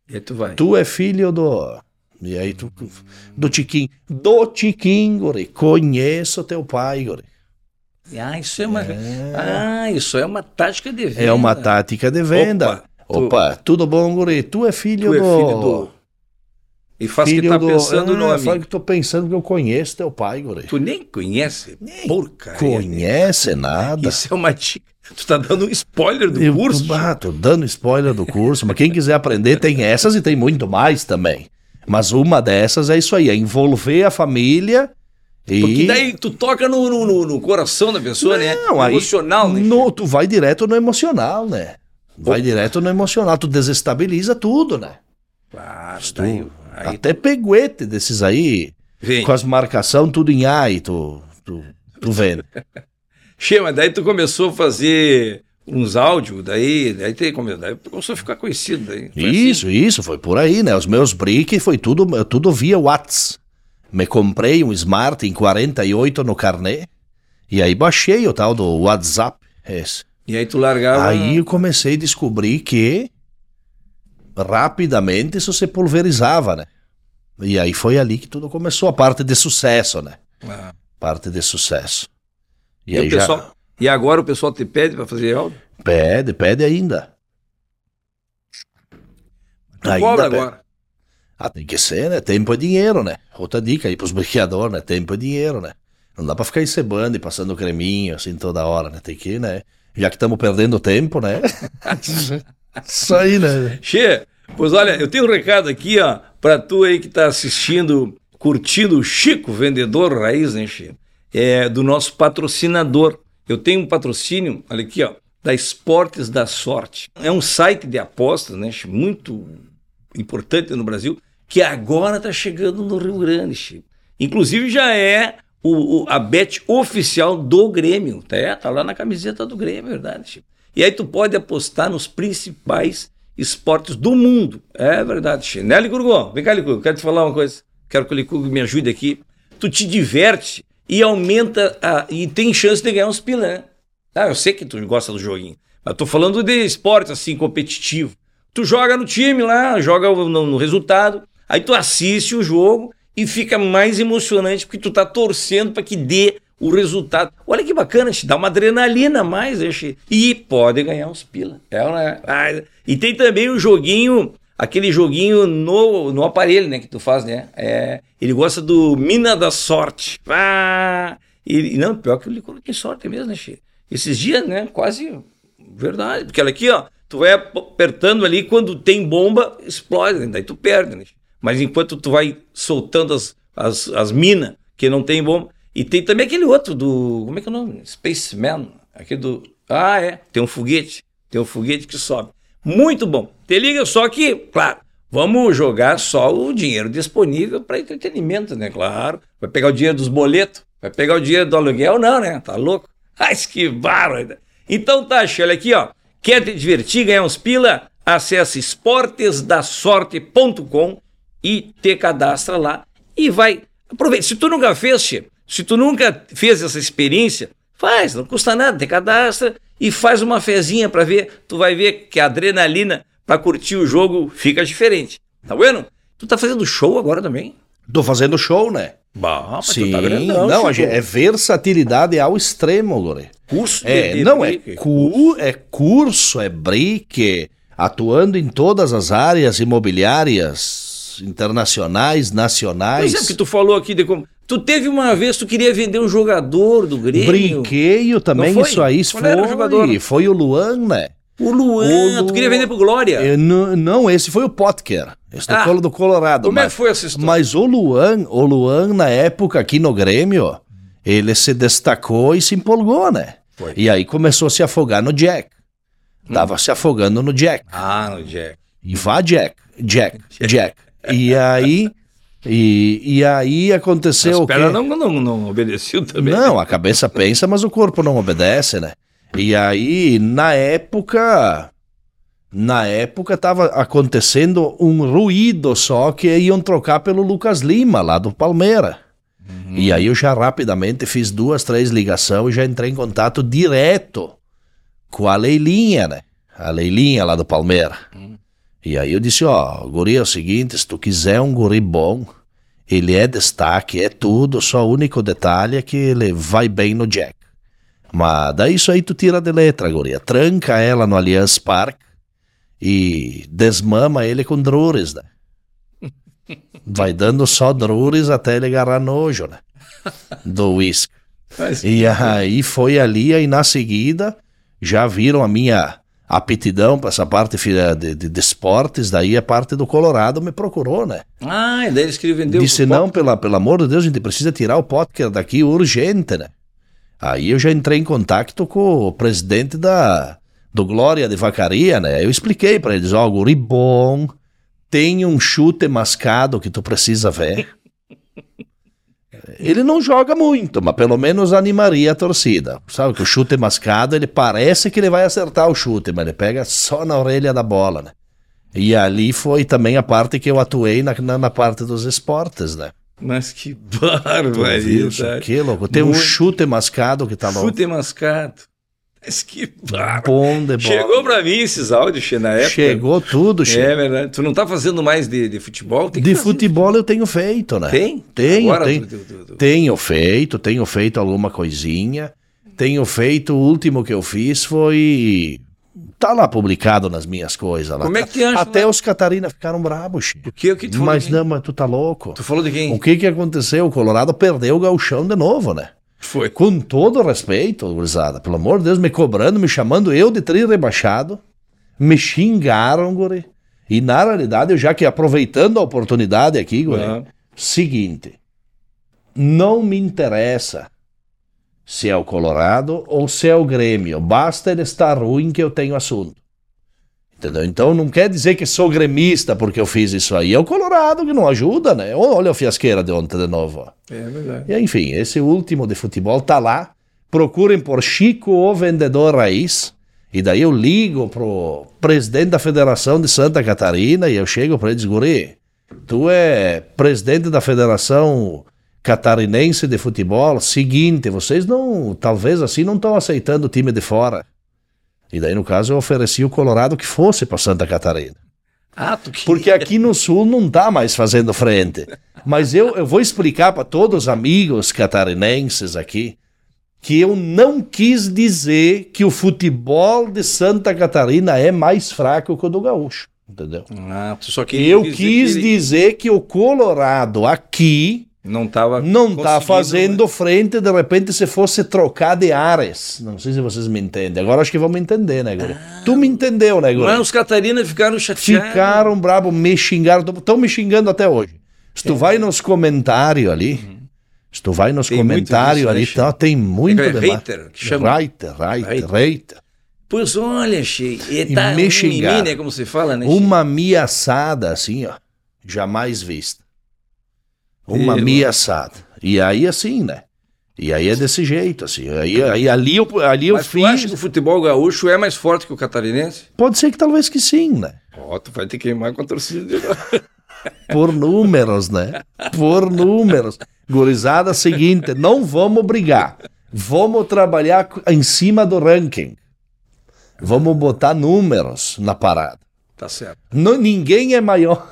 A: E aí tu vai.
B: Tu é filho do. E aí tu. Do Tiquim. Do Tiquim, guri. Conheço teu pai, guri.
A: Ah, isso é uma... Ah, isso é uma tática de venda.
B: É uma tática de venda.
A: Opa, tu-
B: Opa, tudo bom, guri? Tu é filho
A: Tu é
B: do.
A: filho do... E faz que tá pensando
B: Ah,
A: no nome.
B: Fala que tô pensando que eu conheço teu pai, guri.
A: Tu nem conhece,
B: Nem
A: porcaria.
B: Conhece nada.
A: Isso é uma dica. Tu tá dando um spoiler do
B: Eu-
A: curso.
B: Ah, tô dando spoiler do curso, mas quem quiser aprender tem essas e tem muito mais também. Mas uma dessas é isso aí, é envolver a família e...
A: Porque daí tu toca no, no- no- no coração da pessoa, né?
B: Não, aí-
A: Emocional, né?
B: No- tu vai direto no emocional, né? Vai direto no emocional, tu desestabiliza tudo, né?
A: Claro,
B: Tu-
A: daí, aí
B: Até peguete desses aí,
A: vem.
B: com as marcação tudo em A e tu, tu, tu né? vendo.
A: Chema, daí tu começou a fazer uns áudios, daí, daí, tem como- daí começou a ficar conhecido. Daí, Foi assim?
B: Isso, isso, foi por aí, né? Os meus briques foi tudo, tudo via Whats. Me comprei um Smart em 48 no carnet e aí baixei o tal do WhatsApp. Esse.
A: E aí tu largava.
B: Aí eu comecei a descobrir que rapidamente isso se pulverizava, né? E aí foi ali que tudo começou, a parte de sucesso, né?
A: Ah.
B: Parte de sucesso. E,
A: E,
B: aí
A: o pessoal, e agora o pessoal te pede pra fazer áudio?
B: já pede, pede ainda.
A: Tu cobra
B: pede.
A: agora.
B: Ah, tem que ser, né? Tempo é dinheiro, né? Outra dica aí pros brinqueadores, né? Tempo é dinheiro, né? Não dá pra ficar encebando e passando creminho assim toda hora, né? Tem que, né? Já que estamos perdendo tempo, né? Isso aí, né?
A: Che, pois olha, eu tenho um recado aqui, ó, pra tu aí que tá assistindo, curtindo o Chico, vendedor raiz, né, Che? É, do nosso patrocinador. Eu tenho um patrocínio, olha aqui, ó, da Esportes da Sorte. É um site de apostas, né, Che? Muito importante no Brasil, que agora tá chegando no Rio Grande, Che. Inclusive já é o, o- a bet oficial do Grêmio, tá? Tá lá na camiseta do Grêmio, é verdade, Chico. E aí tu pode apostar nos principais esportes do mundo. É verdade, Chico. Né, Licurgo? Vem cá, Licurgo, quero te falar uma coisa. Quero que o Licurgo me ajude aqui. Tu te diverte e aumenta a- e tem chance de ganhar uns pila, né? Ah, eu sei que tu gosta do joguinho, mas tô falando de esporte assim, competitivo. Tu joga no time lá, joga no, no resultado, aí tu assiste o jogo e fica mais emocionante porque tu tá torcendo para que dê o resultado. Olha que bacana, te dá uma adrenalina a mais, né, Xê? e pode ganhar uns pila. É, né? Ah, e tem também o joguinho, aquele joguinho no, no aparelho, né, que tu faz, né? É, ele gosta do Mina da Sorte. Ah, e, e não, pior que o Licor tem sorte mesmo, né, Xê? Esses dias, né, quase Verdade, porque ela aqui, ó, tu vai ap- apertando ali, quando tem bomba, explode, né? daí tu perde, né? Mas enquanto tu vai soltando as, as, as minas que não tem bomba. E tem também aquele outro do. Como é que é o nome? Spaceman. Aquele do. Ah, é. Tem um foguete. Tem um foguete que sobe. Muito bom. Te liga, só que, claro, vamos jogar só o dinheiro disponível para entretenimento, né? Claro. Vai pegar o dinheiro dos boletos, vai pegar o dinheiro do aluguel, não, né? Tá louco? Ah, esquivaram ainda. Então tá, Xê, olha aqui, ó. Quer te divertir, ganhar uns pila? Acesse esportesdasorte.com e te cadastra lá e vai. Aproveita. Se tu nunca fez, Xê, se tu nunca fez essa experiência, faz, não custa nada, te cadastra e faz uma fezinha pra ver. Tu vai ver que a adrenalina pra curtir o jogo fica diferente. Tá vendo? Tu tá fazendo show agora também?
B: Tô fazendo show, né?
A: Bah, mas
B: Sim,
A: tu tá grandão,
B: não, a
A: Chico.
B: gente, é versatilidade ao extremo, Gore.
A: curso de-
B: É,
A: de-
B: não, é,
A: de-
B: cu, é curso, é brique, atuando em todas as áreas imobiliárias, internacionais, nacionais.
A: Pois é, porque tu falou aqui de como. Tu teve uma vez, tu queria vender um jogador do Grêmio.
B: Brinqueio também,
A: Não foi?
B: isso aí
A: Qual era o jogador?
B: foi, foi o Luan, né?
A: O Luan,
B: O Lu-
A: tu queria vender pro Glória.
B: Eu não, não, esse foi o Potker, esse do
A: É. Ah,
B: Colo do Colorado.
A: Como é
B: mas-
A: que foi essa história?
B: Mas o Luan, o Luan, na época aqui no Grêmio, ele se destacou e se empolgou, né?
A: Foi. Hum.
B: E aí começou a se afogar no Jack. Tava se afogando no Jack.
A: Ah, no Jack.
B: E vá, Jack, Jack, Jack. E aí. E, e aí
A: As
B: aconteceu é o quê?
A: pernas não, não, não obedeceu também.
B: Não, a cabeça pensa, mas o corpo não obedece, né? E aí, na época. Na época tava acontecendo um ruído só que iam trocar pelo Lucas Lima, lá do Palmeira. E aí eu já rapidamente fiz duas, três ligações e já entrei em contato direto com a Leilinha, né? A Leilinha lá do Palmeira. E aí eu disse, ó, guri é o seguinte, se tu quiser um guri bom, ele é destaque, é tudo, só o único detalhe é que ele vai bem no Jack. Mas daí isso aí tu tira de letra, guria. Tranca ela no Allianz Park e desmama ele com drures, né? Vai dando só drures até ele agarrar nojo, né? Do uísque.
A: Mas-
B: E aí foi ali, aí na seguida já viram a minha aptidão para essa parte fi- de, de, de esportes, daí a parte do Colorado me procurou, né?
A: Ah, e daí eles queriam vender
B: Disse,
A: o
B: não, pela, pelo amor de Deus, a gente precisa tirar o Potker daqui urgente, né? Aí eu já entrei em contato com o presidente da, do Glória de Vacaria, né? Eu expliquei para eles, ó, guri bom, tem um chute mascado que tu precisa ver. Ele não joga muito, mas pelo menos animaria a torcida. Sabe que o chute mascado, ele parece que ele vai acertar o chute, mas ele pega só na orelha da bola, né? E ali foi também a parte que eu atuei na, na, na parte dos esportes, né?
A: Mas que
B: Tu viu isso?
A: barbaridade.
B: Que louco. Tem um
A: é Muito.
B: chute mascado que tá louco.
A: Chute mascado. Mas que barbaridade.
B: Bom de bola.
A: Chegou pra mim esses áudios, Che, na época.
B: Chegou tudo. che-
A: É verdade. Tu não tá fazendo mais de, de futebol? Tem que
B: De
A: fazer.
B: futebol eu tenho feito, né?
A: Tem?
B: Tenho,
A: Agora,
B: tenho.
A: tu- tu- tu-
B: Tenho feito, tenho feito alguma coisinha. Tenho feito, o último que eu fiz foi... Tá lá publicado nas minhas coisas. Lá.
A: Como é que te acha
B: Até os Catarina ficaram bravos, che.
A: O que, o que tu falou?
B: Mas
A: de quem?
B: não, mas tu tá louco.
A: Tu falou de quem?
B: O que que aconteceu? O Colorado perdeu o gauchão de novo, né?
A: Foi.
B: Com todo respeito, gurizada, pelo amor de Deus, me cobrando, me chamando eu de tri rebaixado, me xingaram, guri. E na realidade, eu já que aproveitando a oportunidade aqui, guri,
A: Ah,
B: seguinte, não me interessa se é o Colorado ou se é o Grêmio, basta ele estar ruim que eu tenho assunto. Entendeu? Então não quer dizer que sou gremista porque eu fiz isso aí. É o Colorado que não ajuda, né? Olha a fiasqueira de ontem de novo. Ó.
A: é verdade.
B: E, enfim, esse último de futebol tá lá. Procurem por Chico, o vendedor raiz. E daí eu ligo pro presidente da Federação de Santa Catarina e eu chego para ele e digo, guri, tu é presidente da Federação Catarinense de Futebol, seguinte, vocês não, talvez assim, não estão aceitando o time de fora. E daí, no caso, eu ofereci o Colorado que fosse para Santa Catarina.
A: Ah, tu que...
B: Porque aqui no sul não tá mais fazendo frente. Mas eu, eu vou explicar para todos os amigos catarinenses aqui que eu não quis dizer que o futebol de Santa Catarina é mais fraco que o do gaúcho, entendeu?
A: Ah, tu só queria
B: Eu
A: dizer
B: quis
A: que ele
B: dizer que o Colorado aqui
A: Não tava
B: não tá
A: conseguindo, né?
B: fazendo frente, de repente, se fosse trocar de áreas. Não sei se vocês me entendem. Agora acho que vão me entender, né, Guri?
A: Ah.
B: Tu me entendeu, né, Guri?
A: Mas os Catarina ficaram chateados. É
B: Ficaram bravo, me xingaram, estão me xingando até hoje. Se tu vai nos comentários ali, se tu vai nos
A: Uhum. Tem muito
B: comentários
A: disso, né,
B: ali,
A: Chico?
B: tá, tem muito
A: É
B: debate.
A: hater, que chama.
B: Hater, hater,
A: Hater.
B: hater.
A: Pois olha, Che, e
B: E
A: tá
B: me
A: um
B: xingaram.
A: mimimi, né, como se fala, né? Che?
B: Uma ameaçada assim, ó, jamais vista. Uma
A: Meu.
B: ameaçada. E aí assim, né? E aí é desse jeito, assim. Aí, aí ali eu, ali eu
A: Mas tu acha
B: fiz.
A: que o futebol gaúcho é mais forte que o catarinense?
B: Pode ser que talvez que sim, né?
A: Ó, tu vai ter que queimar com a torcida de novo.
B: Por números, né? Por números. Gurizada, seguinte, não vamos brigar. Vamos trabalhar co- em cima do ranking. Vamos botar números na parada.
A: Tá certo.
B: Não, ninguém é maior.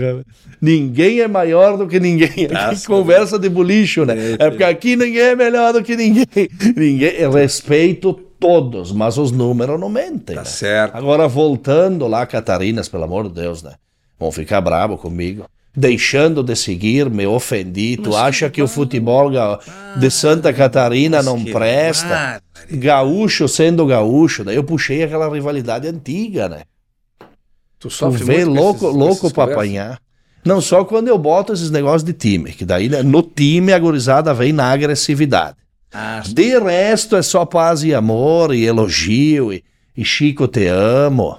B: ninguém é maior do que ninguém.
A: Tá
B: Aqui
A: certo.
B: conversa de bolicho, né?
A: É,
B: É porque aqui ninguém é melhor do que ninguém. ninguém eu respeito todos, mas os números não mentem.
A: Tá
B: né?
A: certo.
B: Agora, voltando lá, Catarinas, pelo amor de Deus, né? Vão ficar bravo comigo. Deixando de seguir, me ofendi. tu acha que o futebol ga- de Santa Catarina não
A: Que né?
B: presta?
A: barbaridade.
B: Gaúcho sendo gaúcho. Daí eu puxei aquela rivalidade antiga, né?
A: Tu
B: Tu
A: sofre
B: vê
A: muito com
B: louco,
A: esses- com
B: louco
A: essas
B: pra
A: conversas?
B: apanhar. Não só quando eu boto esses negócios de time, que daí né, no time a gurizada vem na agressividade.
A: Ah,
B: De resto é só paz e amor e elogio e, e Chico te amo.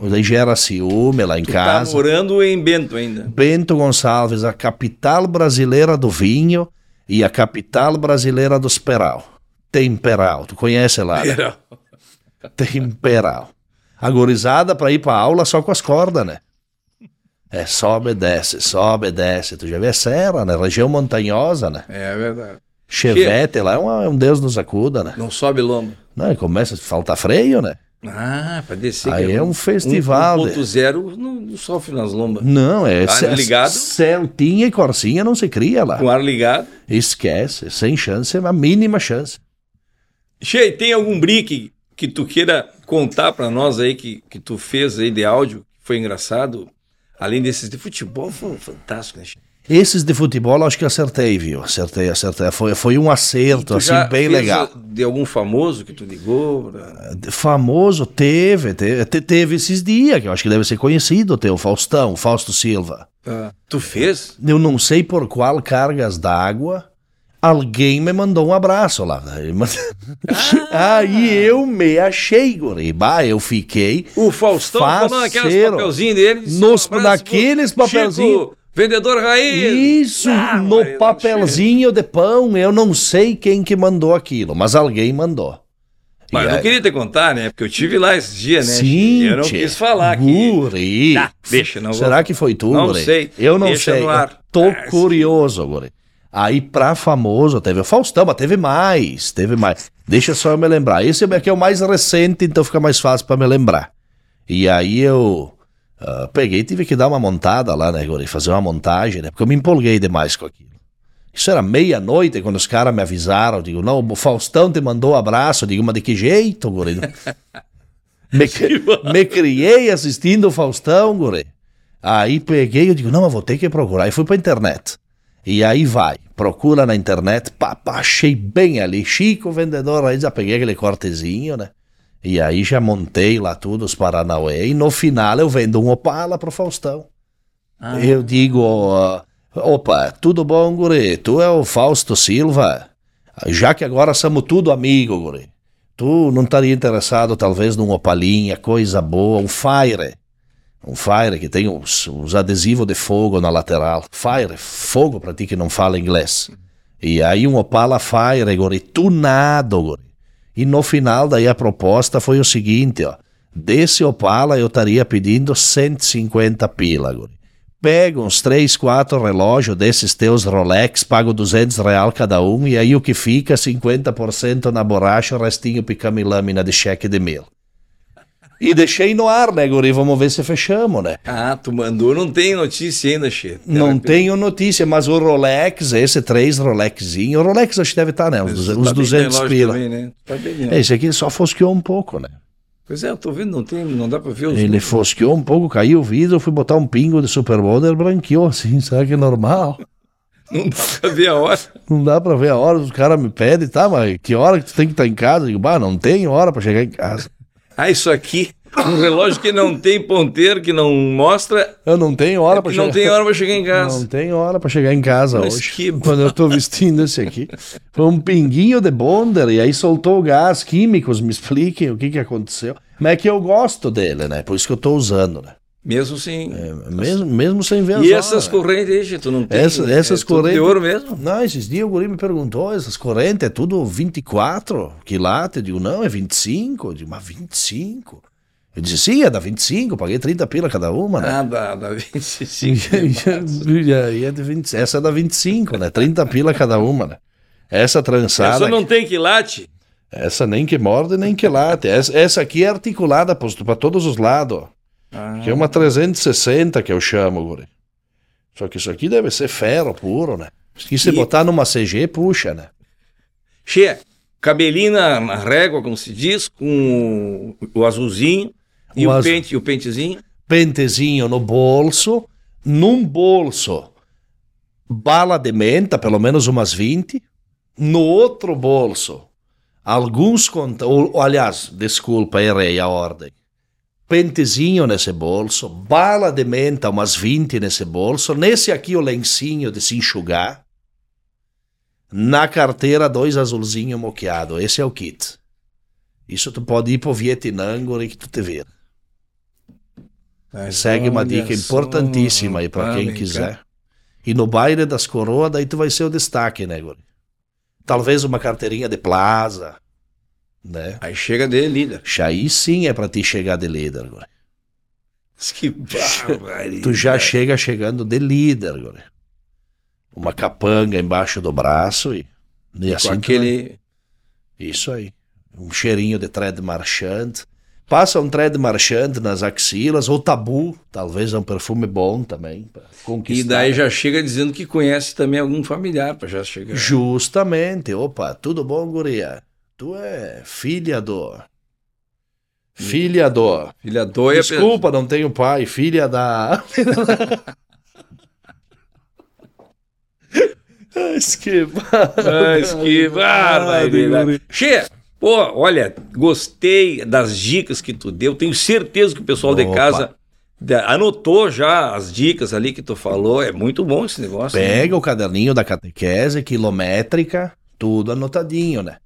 B: Daí gera ciúme lá em
A: tu tá
B: casa.
A: morando em Bento ainda.
B: Bento Gonçalves, a capital brasileira do vinho e a capital brasileira dos peral. Temperal, tu conhece lá? Né?
A: Era.
B: Temperal. Agorizada pra ir pra aula só com as cordas, né? É, sobe e desce, sobe e desce. Tu já vê, é serra, né? Região montanhosa, né?
A: É verdade.
B: Chevette lá é, uma- é um deus nos acuda, né?
A: Não sobe lomba.
B: Não, começa a faltar freio, né?
A: Ah, pra descer.
B: Aí
A: que
B: é um festival,
A: 1.0 não, não sofre nas lombas.
B: Não, é
A: Tá
B: ce-
A: ligado?
B: Celtinha e Corsinha não se cria lá.
A: Com o ar ligado.
B: Esquece, sem chance, é a mínima chance.
A: Che, tem algum brick que tu queira contar pra nós aí que, que tu fez aí de áudio? que Foi engraçado? Além desses de futebol, foi um fantástico, né? Che?
B: Esses de futebol eu acho que acertei, viu? Acertei, acertei. Foi, foi um acerto,
A: Tu
B: assim,
A: já
B: bem
A: fez
B: legal.
A: a- De algum famoso que tu ligou? pra-
B: Famoso, teve, teve, te- teve esses dias, que eu acho que deve ser conhecido, teu Faustão, Fausto Silva.
A: Ah, Tu fez?
B: Eu não sei por qual cargas d'água, alguém me mandou um abraço lá. Daí mand- Aí eu me achei, guri. Bah, eu fiquei.
A: Ah, O Faustão falou naqueles
B: Faceiro.
A: papelzinhos dele. disse, "Um
B: Nos-
A: abraço
B: naqueles
A: pro
B: papelzinho.
A: Chico, vendedor raiz.
B: Isso,
A: Ah,
B: no
A: Maria,
B: papelzinho de pão. Eu não sei quem que mandou aquilo, mas alguém mandou.
A: Mas
B: E
A: eu
B: aí-
A: não queria te contar, né? Porque eu tive lá esses dias, né?
B: Sim,
A: E eu não
B: tchê.
A: quis falar aqui.
B: Guri.
A: Tá, deixa, não vou.
B: Será que foi tu,
A: Não
B: guri?
A: sei.
B: Eu não
A: Deixa
B: sei.
A: no ar.
B: Eu Tô
A: Ah,
B: curioso, guri. Aí pra famoso teve o Faustão, mas teve mais, teve mais. Deixa só eu me lembrar. Esse aqui é o mais recente, então fica mais fácil pra me lembrar. E aí eu ah, peguei e tive que dar uma montada lá, né, guri? Fazer uma montagem, né? Porque eu me empolguei demais com aquilo. Isso era meia-noite quando os caras me avisaram. Eu digo, não, o Faustão te mandou um abraço. Eu digo, mas de que jeito, guri? Me, cri- me criei assistindo o Faustão, guri. Aí peguei, eu digo, não, eu vou ter que procurar. E fui pra internet. E aí vai, procura na internet, pá, pá, achei bem ali. Chico, vendedor, aí já peguei aquele cortezinho, né? E aí já montei lá tudo, os Paranauê. E no final eu vendo um Opala pro Faustão. Eu digo, ó, opa, tudo bom, guri? Tu é o Fausto Silva? Já que agora somos tudo amigo, guri. Tu não estaria interessado, talvez, num opalinha, coisa boa, um fire. Um fire que tem uns, uns adesivos de fogo na lateral. Fire, fogo pra ti que não fala inglês. E aí um opala fire, guri, tunado, guri. E no final daí a proposta foi o seguinte, ó. Desse opala eu estaria pedindo 150 pila, guri. Pega uns 3, 4 relógios desses teus Rolex, pago 200 real cada um, e aí o que fica, 50% na borracha, o restinho picamos em lâmina de cheque de mil. E deixei no ar, né, guri? Vamos ver se fechamos, né?
A: Ah, tu mandou. Não tem notícia ainda, Che.
B: Não tenho notícia, mas o Rolex, esse três Rolexinho, o Rolex acho que deve estar, né? Uns, duze- uns 200
A: tá
B: pila.
A: Também, né? Tá bem, né?
B: É, esse aqui só fosqueou um pouco, né?
A: Pois é, eu tô vendo, não tem, não dá pra ver os.
B: Ele fosqueou um pouco, caiu o vidro, eu fui botar um pingo de Super Bowl, ele branqueou assim, será que é normal?
A: Não dá pra ver a hora.
B: Não dá pra ver a hora, os caras me pedem, tá, mas que hora que tu tem que estar em casa? Eu digo, bah, não tem hora pra chegar em casa.
A: Ah, isso aqui, um relógio que não tem ponteiro, que não mostra,
B: Eu não tenho hora pra
A: É que
B: chegar
A: não tem hora pra chegar em
B: Não
A: casa.
B: tem hora pra chegar em casa
A: Mas
B: hoje.
A: que
B: Quando eu tô vestindo esse aqui. Foi um pinguinho de bonder e aí soltou o gás químicos. Me expliquem o que que aconteceu. Mas é que eu gosto dele, né? Por isso que eu tô usando, né?
A: Mesmo sem.
B: É, Mesmo, mesmo sem ver as
A: e
B: horas,
A: essas
B: né?
A: correntes aí, Che, tu não tem.
B: Essa- essas
A: é tudo
B: correntes-
A: De ouro mesmo?
B: Não, esses dias o guri me perguntou, essas correntes é tudo 24 quilates? Eu digo, não, é 25. Eu digo, mas 25? Eu disse, sim, é da 25, paguei 30 pila cada uma, né?
A: Ah, da, da 25.
B: E aí é de 20 essa é da 25, né? 30 pila cada uma, né? Essa trançada,
A: Essa
B: essa,
A: não tem quilate.
B: nem que morde, nem que late. Essa, essa aqui é articulada para todos os lados.
A: Ah,
B: Que é uma 360 que eu chamo, guri. Só que isso aqui deve ser ferro puro, né? Que se
A: E-
B: botar numa CG, puxa, né?
A: Che, cabelinho na, na régua, como se diz, com o, o azulzinho e
B: O
A: o,
B: azul.
A: pente, e o pentezinho.
B: Pentezinho no bolso, num bolso, bala de menta, pelo menos umas 20, no outro bolso, alguns conta, ou, ou, aliás, desculpa, errei a ordem. Pentezinho nesse bolso, bala de menta, umas 20 nesse bolso, nesse aqui o lencinho de se enxugar. Na carteira, dois azulzinhos moqueado. Esse é o kit. Isso tu pode ir pro Vietnã, guri, que tu te vira. Segue uma dica importantíssima aí para quem quiser. E no baile das coroas, daí tu vai ser o destaque, né, Guri? Talvez uma carteirinha de plaza, né?
A: Aí chega dele, líder.
B: Aí sim é para ti chegar de líder, Guri.
A: Mas Que barbaridade.
B: Tu já chega chegando de líder, Guri. Uma capanga embaixo do braço e, e assim
A: Com
B: tu vai-
A: aquele.
B: Isso aí. Um cheirinho de thread marchand. Passa um thread marchand nas axilas, ou tabu, talvez é um perfume bom também, pra conquistar.
A: E daí já chega dizendo que conhece também algum familiar para já chegar.
B: Justamente. Opa, tudo bom, guria? Tu é filha do. Filha do.
A: Filha doia.
B: Desculpa, não tenho pai. Filha da. Mas que barba.
A: Mas que
B: Ah,
A: barbaridade. Che, pô, olha, gostei das dicas que tu deu. Tenho certeza que o pessoal de
B: Opa.
A: casa da- anotou já as dicas ali que tu falou. É muito bom esse negócio. né?
B: Pega o caderninho da catequese, quilométrica, tudo anotadinho, né?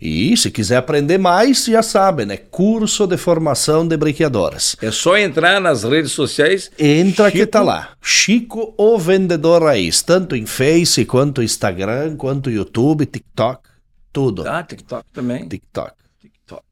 B: E se quiser aprender mais, já sabe, né? Curso de formação de brequeadoras.
A: É só entrar nas redes sociais.
B: Entra que
A: Chico-
B: tá lá. Chico, o vendedor raiz. Tanto em Face, quanto Instagram, quanto YouTube, TikTok. Tudo.
A: Ah, TikTok também.
B: TikTok.
A: TikTok.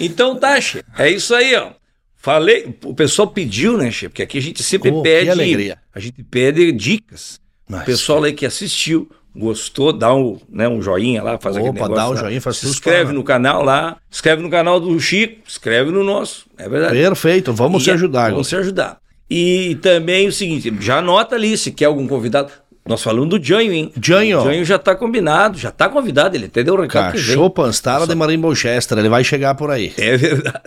A: Então tá, Che. É isso aí, ó. Falei, o pessoal pediu, né, Che? Porque aqui a gente sempre
B: Oh, que
A: pede.
B: alegria.
A: A gente pede dicas.
B: Mas-
A: O pessoal aí que assistiu, gostou, dá um, né, um joinha lá, faz aquele
B: Opa,
A: negócio.
B: dá um
A: lá.
B: joinha, faz
A: Se
B: tudo
A: inscreve
B: pra-
A: no canal lá, escreve no canal do Chico, escreve no nosso. É verdade.
B: Perfeito, vamos
A: E
B: se
A: é-
B: ajudar né? agora.
A: Vamos se ajudar. E também o seguinte, já anota ali se quer algum convidado. Nós falamos do Janho, hein?
B: Janho.
A: O Janho já tá combinado, já tá convidado, ele até deu o recado que vem.
B: Cachorro Panstara de Marimbolchester, ele vai chegar por aí.
A: É verdade.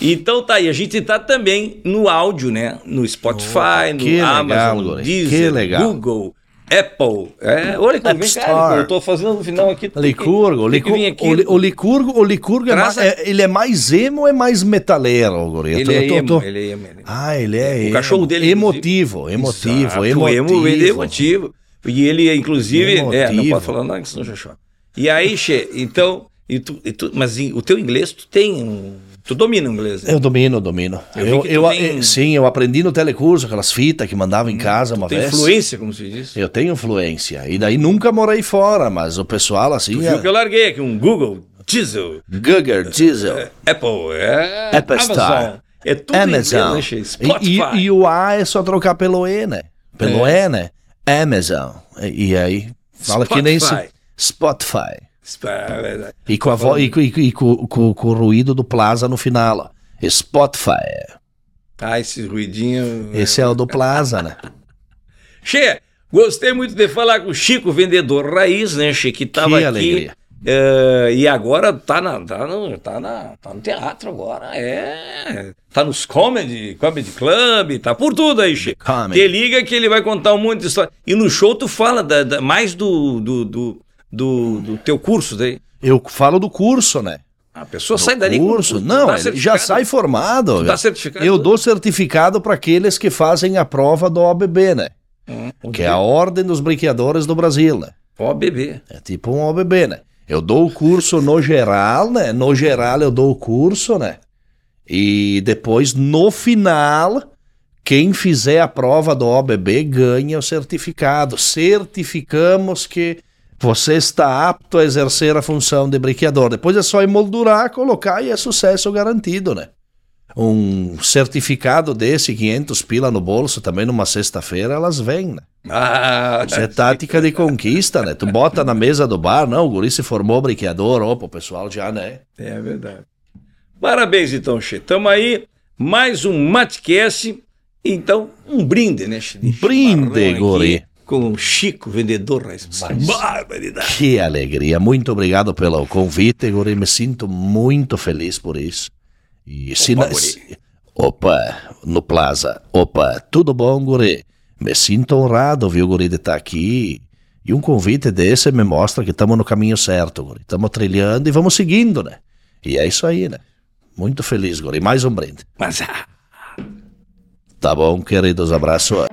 A: Então tá aí, a gente tá também no áudio, né? No Spotify, no
B: Oh, que legal,
A: Amazon,
B: guri.
A: Deezer,
B: Que legal.
A: Google, Apple. É, olha que
B: App
A: vem cá,
B: Store.
A: eu tô fazendo no final aqui. tu tem que-
B: Licurgo,
A: tem que
B: licu-
A: vir aqui.
B: o, li- o Licurgo, o Licurgo é
A: Traz
B: mais, é- ele é mais emo ou é mais metaleiro, guri? Eu
A: Ele
B: tô-
A: é
B: eu tô- eu tô-
A: emo, ele é emo. ele é emo.
B: Ah, ele é
A: O
B: emo.
A: cachorro dele,
B: Emotivo,
A: Exato,
B: emotivo,
A: o emo, ele é
B: emotivo.
A: emotivo. E ele, inclusive, é, não
B: Emotivo.
A: pode falar nada, que senão já chora. E aí, Che, então, e tu, e tu- mas e- o teu inglês, tu tem um, tu domina o inglês, né?
B: Eu domino, eu domino.
A: Eu vi
B: Eu,
A: que tu
B: eu-
A: tem- Hum,
B: Sim, eu aprendi no telecurso, aquelas fitas que mandava em casa uma
A: tem
B: vez.
A: fluência, como se diz.
B: Eu tenho influência. E daí nunca morei fora, mas o pessoal assim.
A: Tu
B: é-
A: viu que eu larguei aqui um Google, Diesel,
B: Gugger, Diesel.
A: Apple, é,
B: Apple
A: Amazon.
B: Store.
A: É tudo
B: Amazon.
A: em inglês, né, Che? Spotify. É.
B: E, e- e o A é só trocar pelo E, né? Pelo E, né? Amazon. E, e aí, fala que nem
A: Spotify.
B: se... Spotify.
A: Sp- é verdade.
B: E com, a vo... e, com- e com- e com- com- com o ruído do Plaza no final, ó. Spotify.
A: Ah, esse ruidinho...
B: Esse é o do Plaza, né?
A: Che, gostei muito de falar com o Chico, vendedor raiz, né, Che, que estava
B: Que
A: aqui.
B: alegria.
A: eh, e agora tá, na, tá, no, tá, na, tá no teatro agora, é. Tá nos comedy, comedy club, tá por tudo aí, Che.
B: Comedy.
A: Te liga que ele vai contar um monte de história. E no show tu fala da- da- mais do, do, do, do- do teu curso daí.
B: Eu falo do curso, né?
A: A pessoa sai dali. com-
B: curso.
A: tu
B: Não,
A: dá
B: ele já
A: certificado.
B: sai formado.
A: dá certificado?
B: Eu dou certificado para aqueles que fazem a prova do OBB, né?
A: Hum,
B: Que é a Ordem dos Brinqueadores do Brasil, né?
A: Ó, bebê.
B: É tipo um OBB, né? Eu dou o curso no geral, né? No geral eu dou o curso, né? E depois, no final, quem fizer a prova do OBB ganha o certificado. Certificamos que você está apto a exercer a função de brinqueador. Depois é só emoldurar, colocar e é sucesso garantido, né? Um certificado desse, 500 pila no bolso, também numa sexta-feira, elas vêm, né?
A: Ah,
B: Isso é tática de conquista, né? Tu bota na mesa do bar, não, o guri se formou brinqueador, opa, o pessoal já, né?
A: É verdade. Parabéns, então, Che. Tamo aí. Mais um Matcast. Então, um brinde, né, Che? De
B: Brinde,
A: chimarrão aqui
B: guri.
A: Com o Chico, vendedor raiz.
B: Mas-
A: Barbaridade.
B: Que alegria, muito obrigado pelo convite, guri, me sinto muito feliz por isso. E se
A: Opa,
B: na- se- opa, no Plaza, opa, tudo bom, guri? Me sinto honrado, viu, guri, de estar aqui. E um convite desse me mostra que estamos no caminho certo, guri. Estamos trilhando e vamos seguindo, né? E é isso aí, né? Muito feliz, guri. Mais um brinde.
A: Mas, ah,
B: Tá bom, queridos, abraço.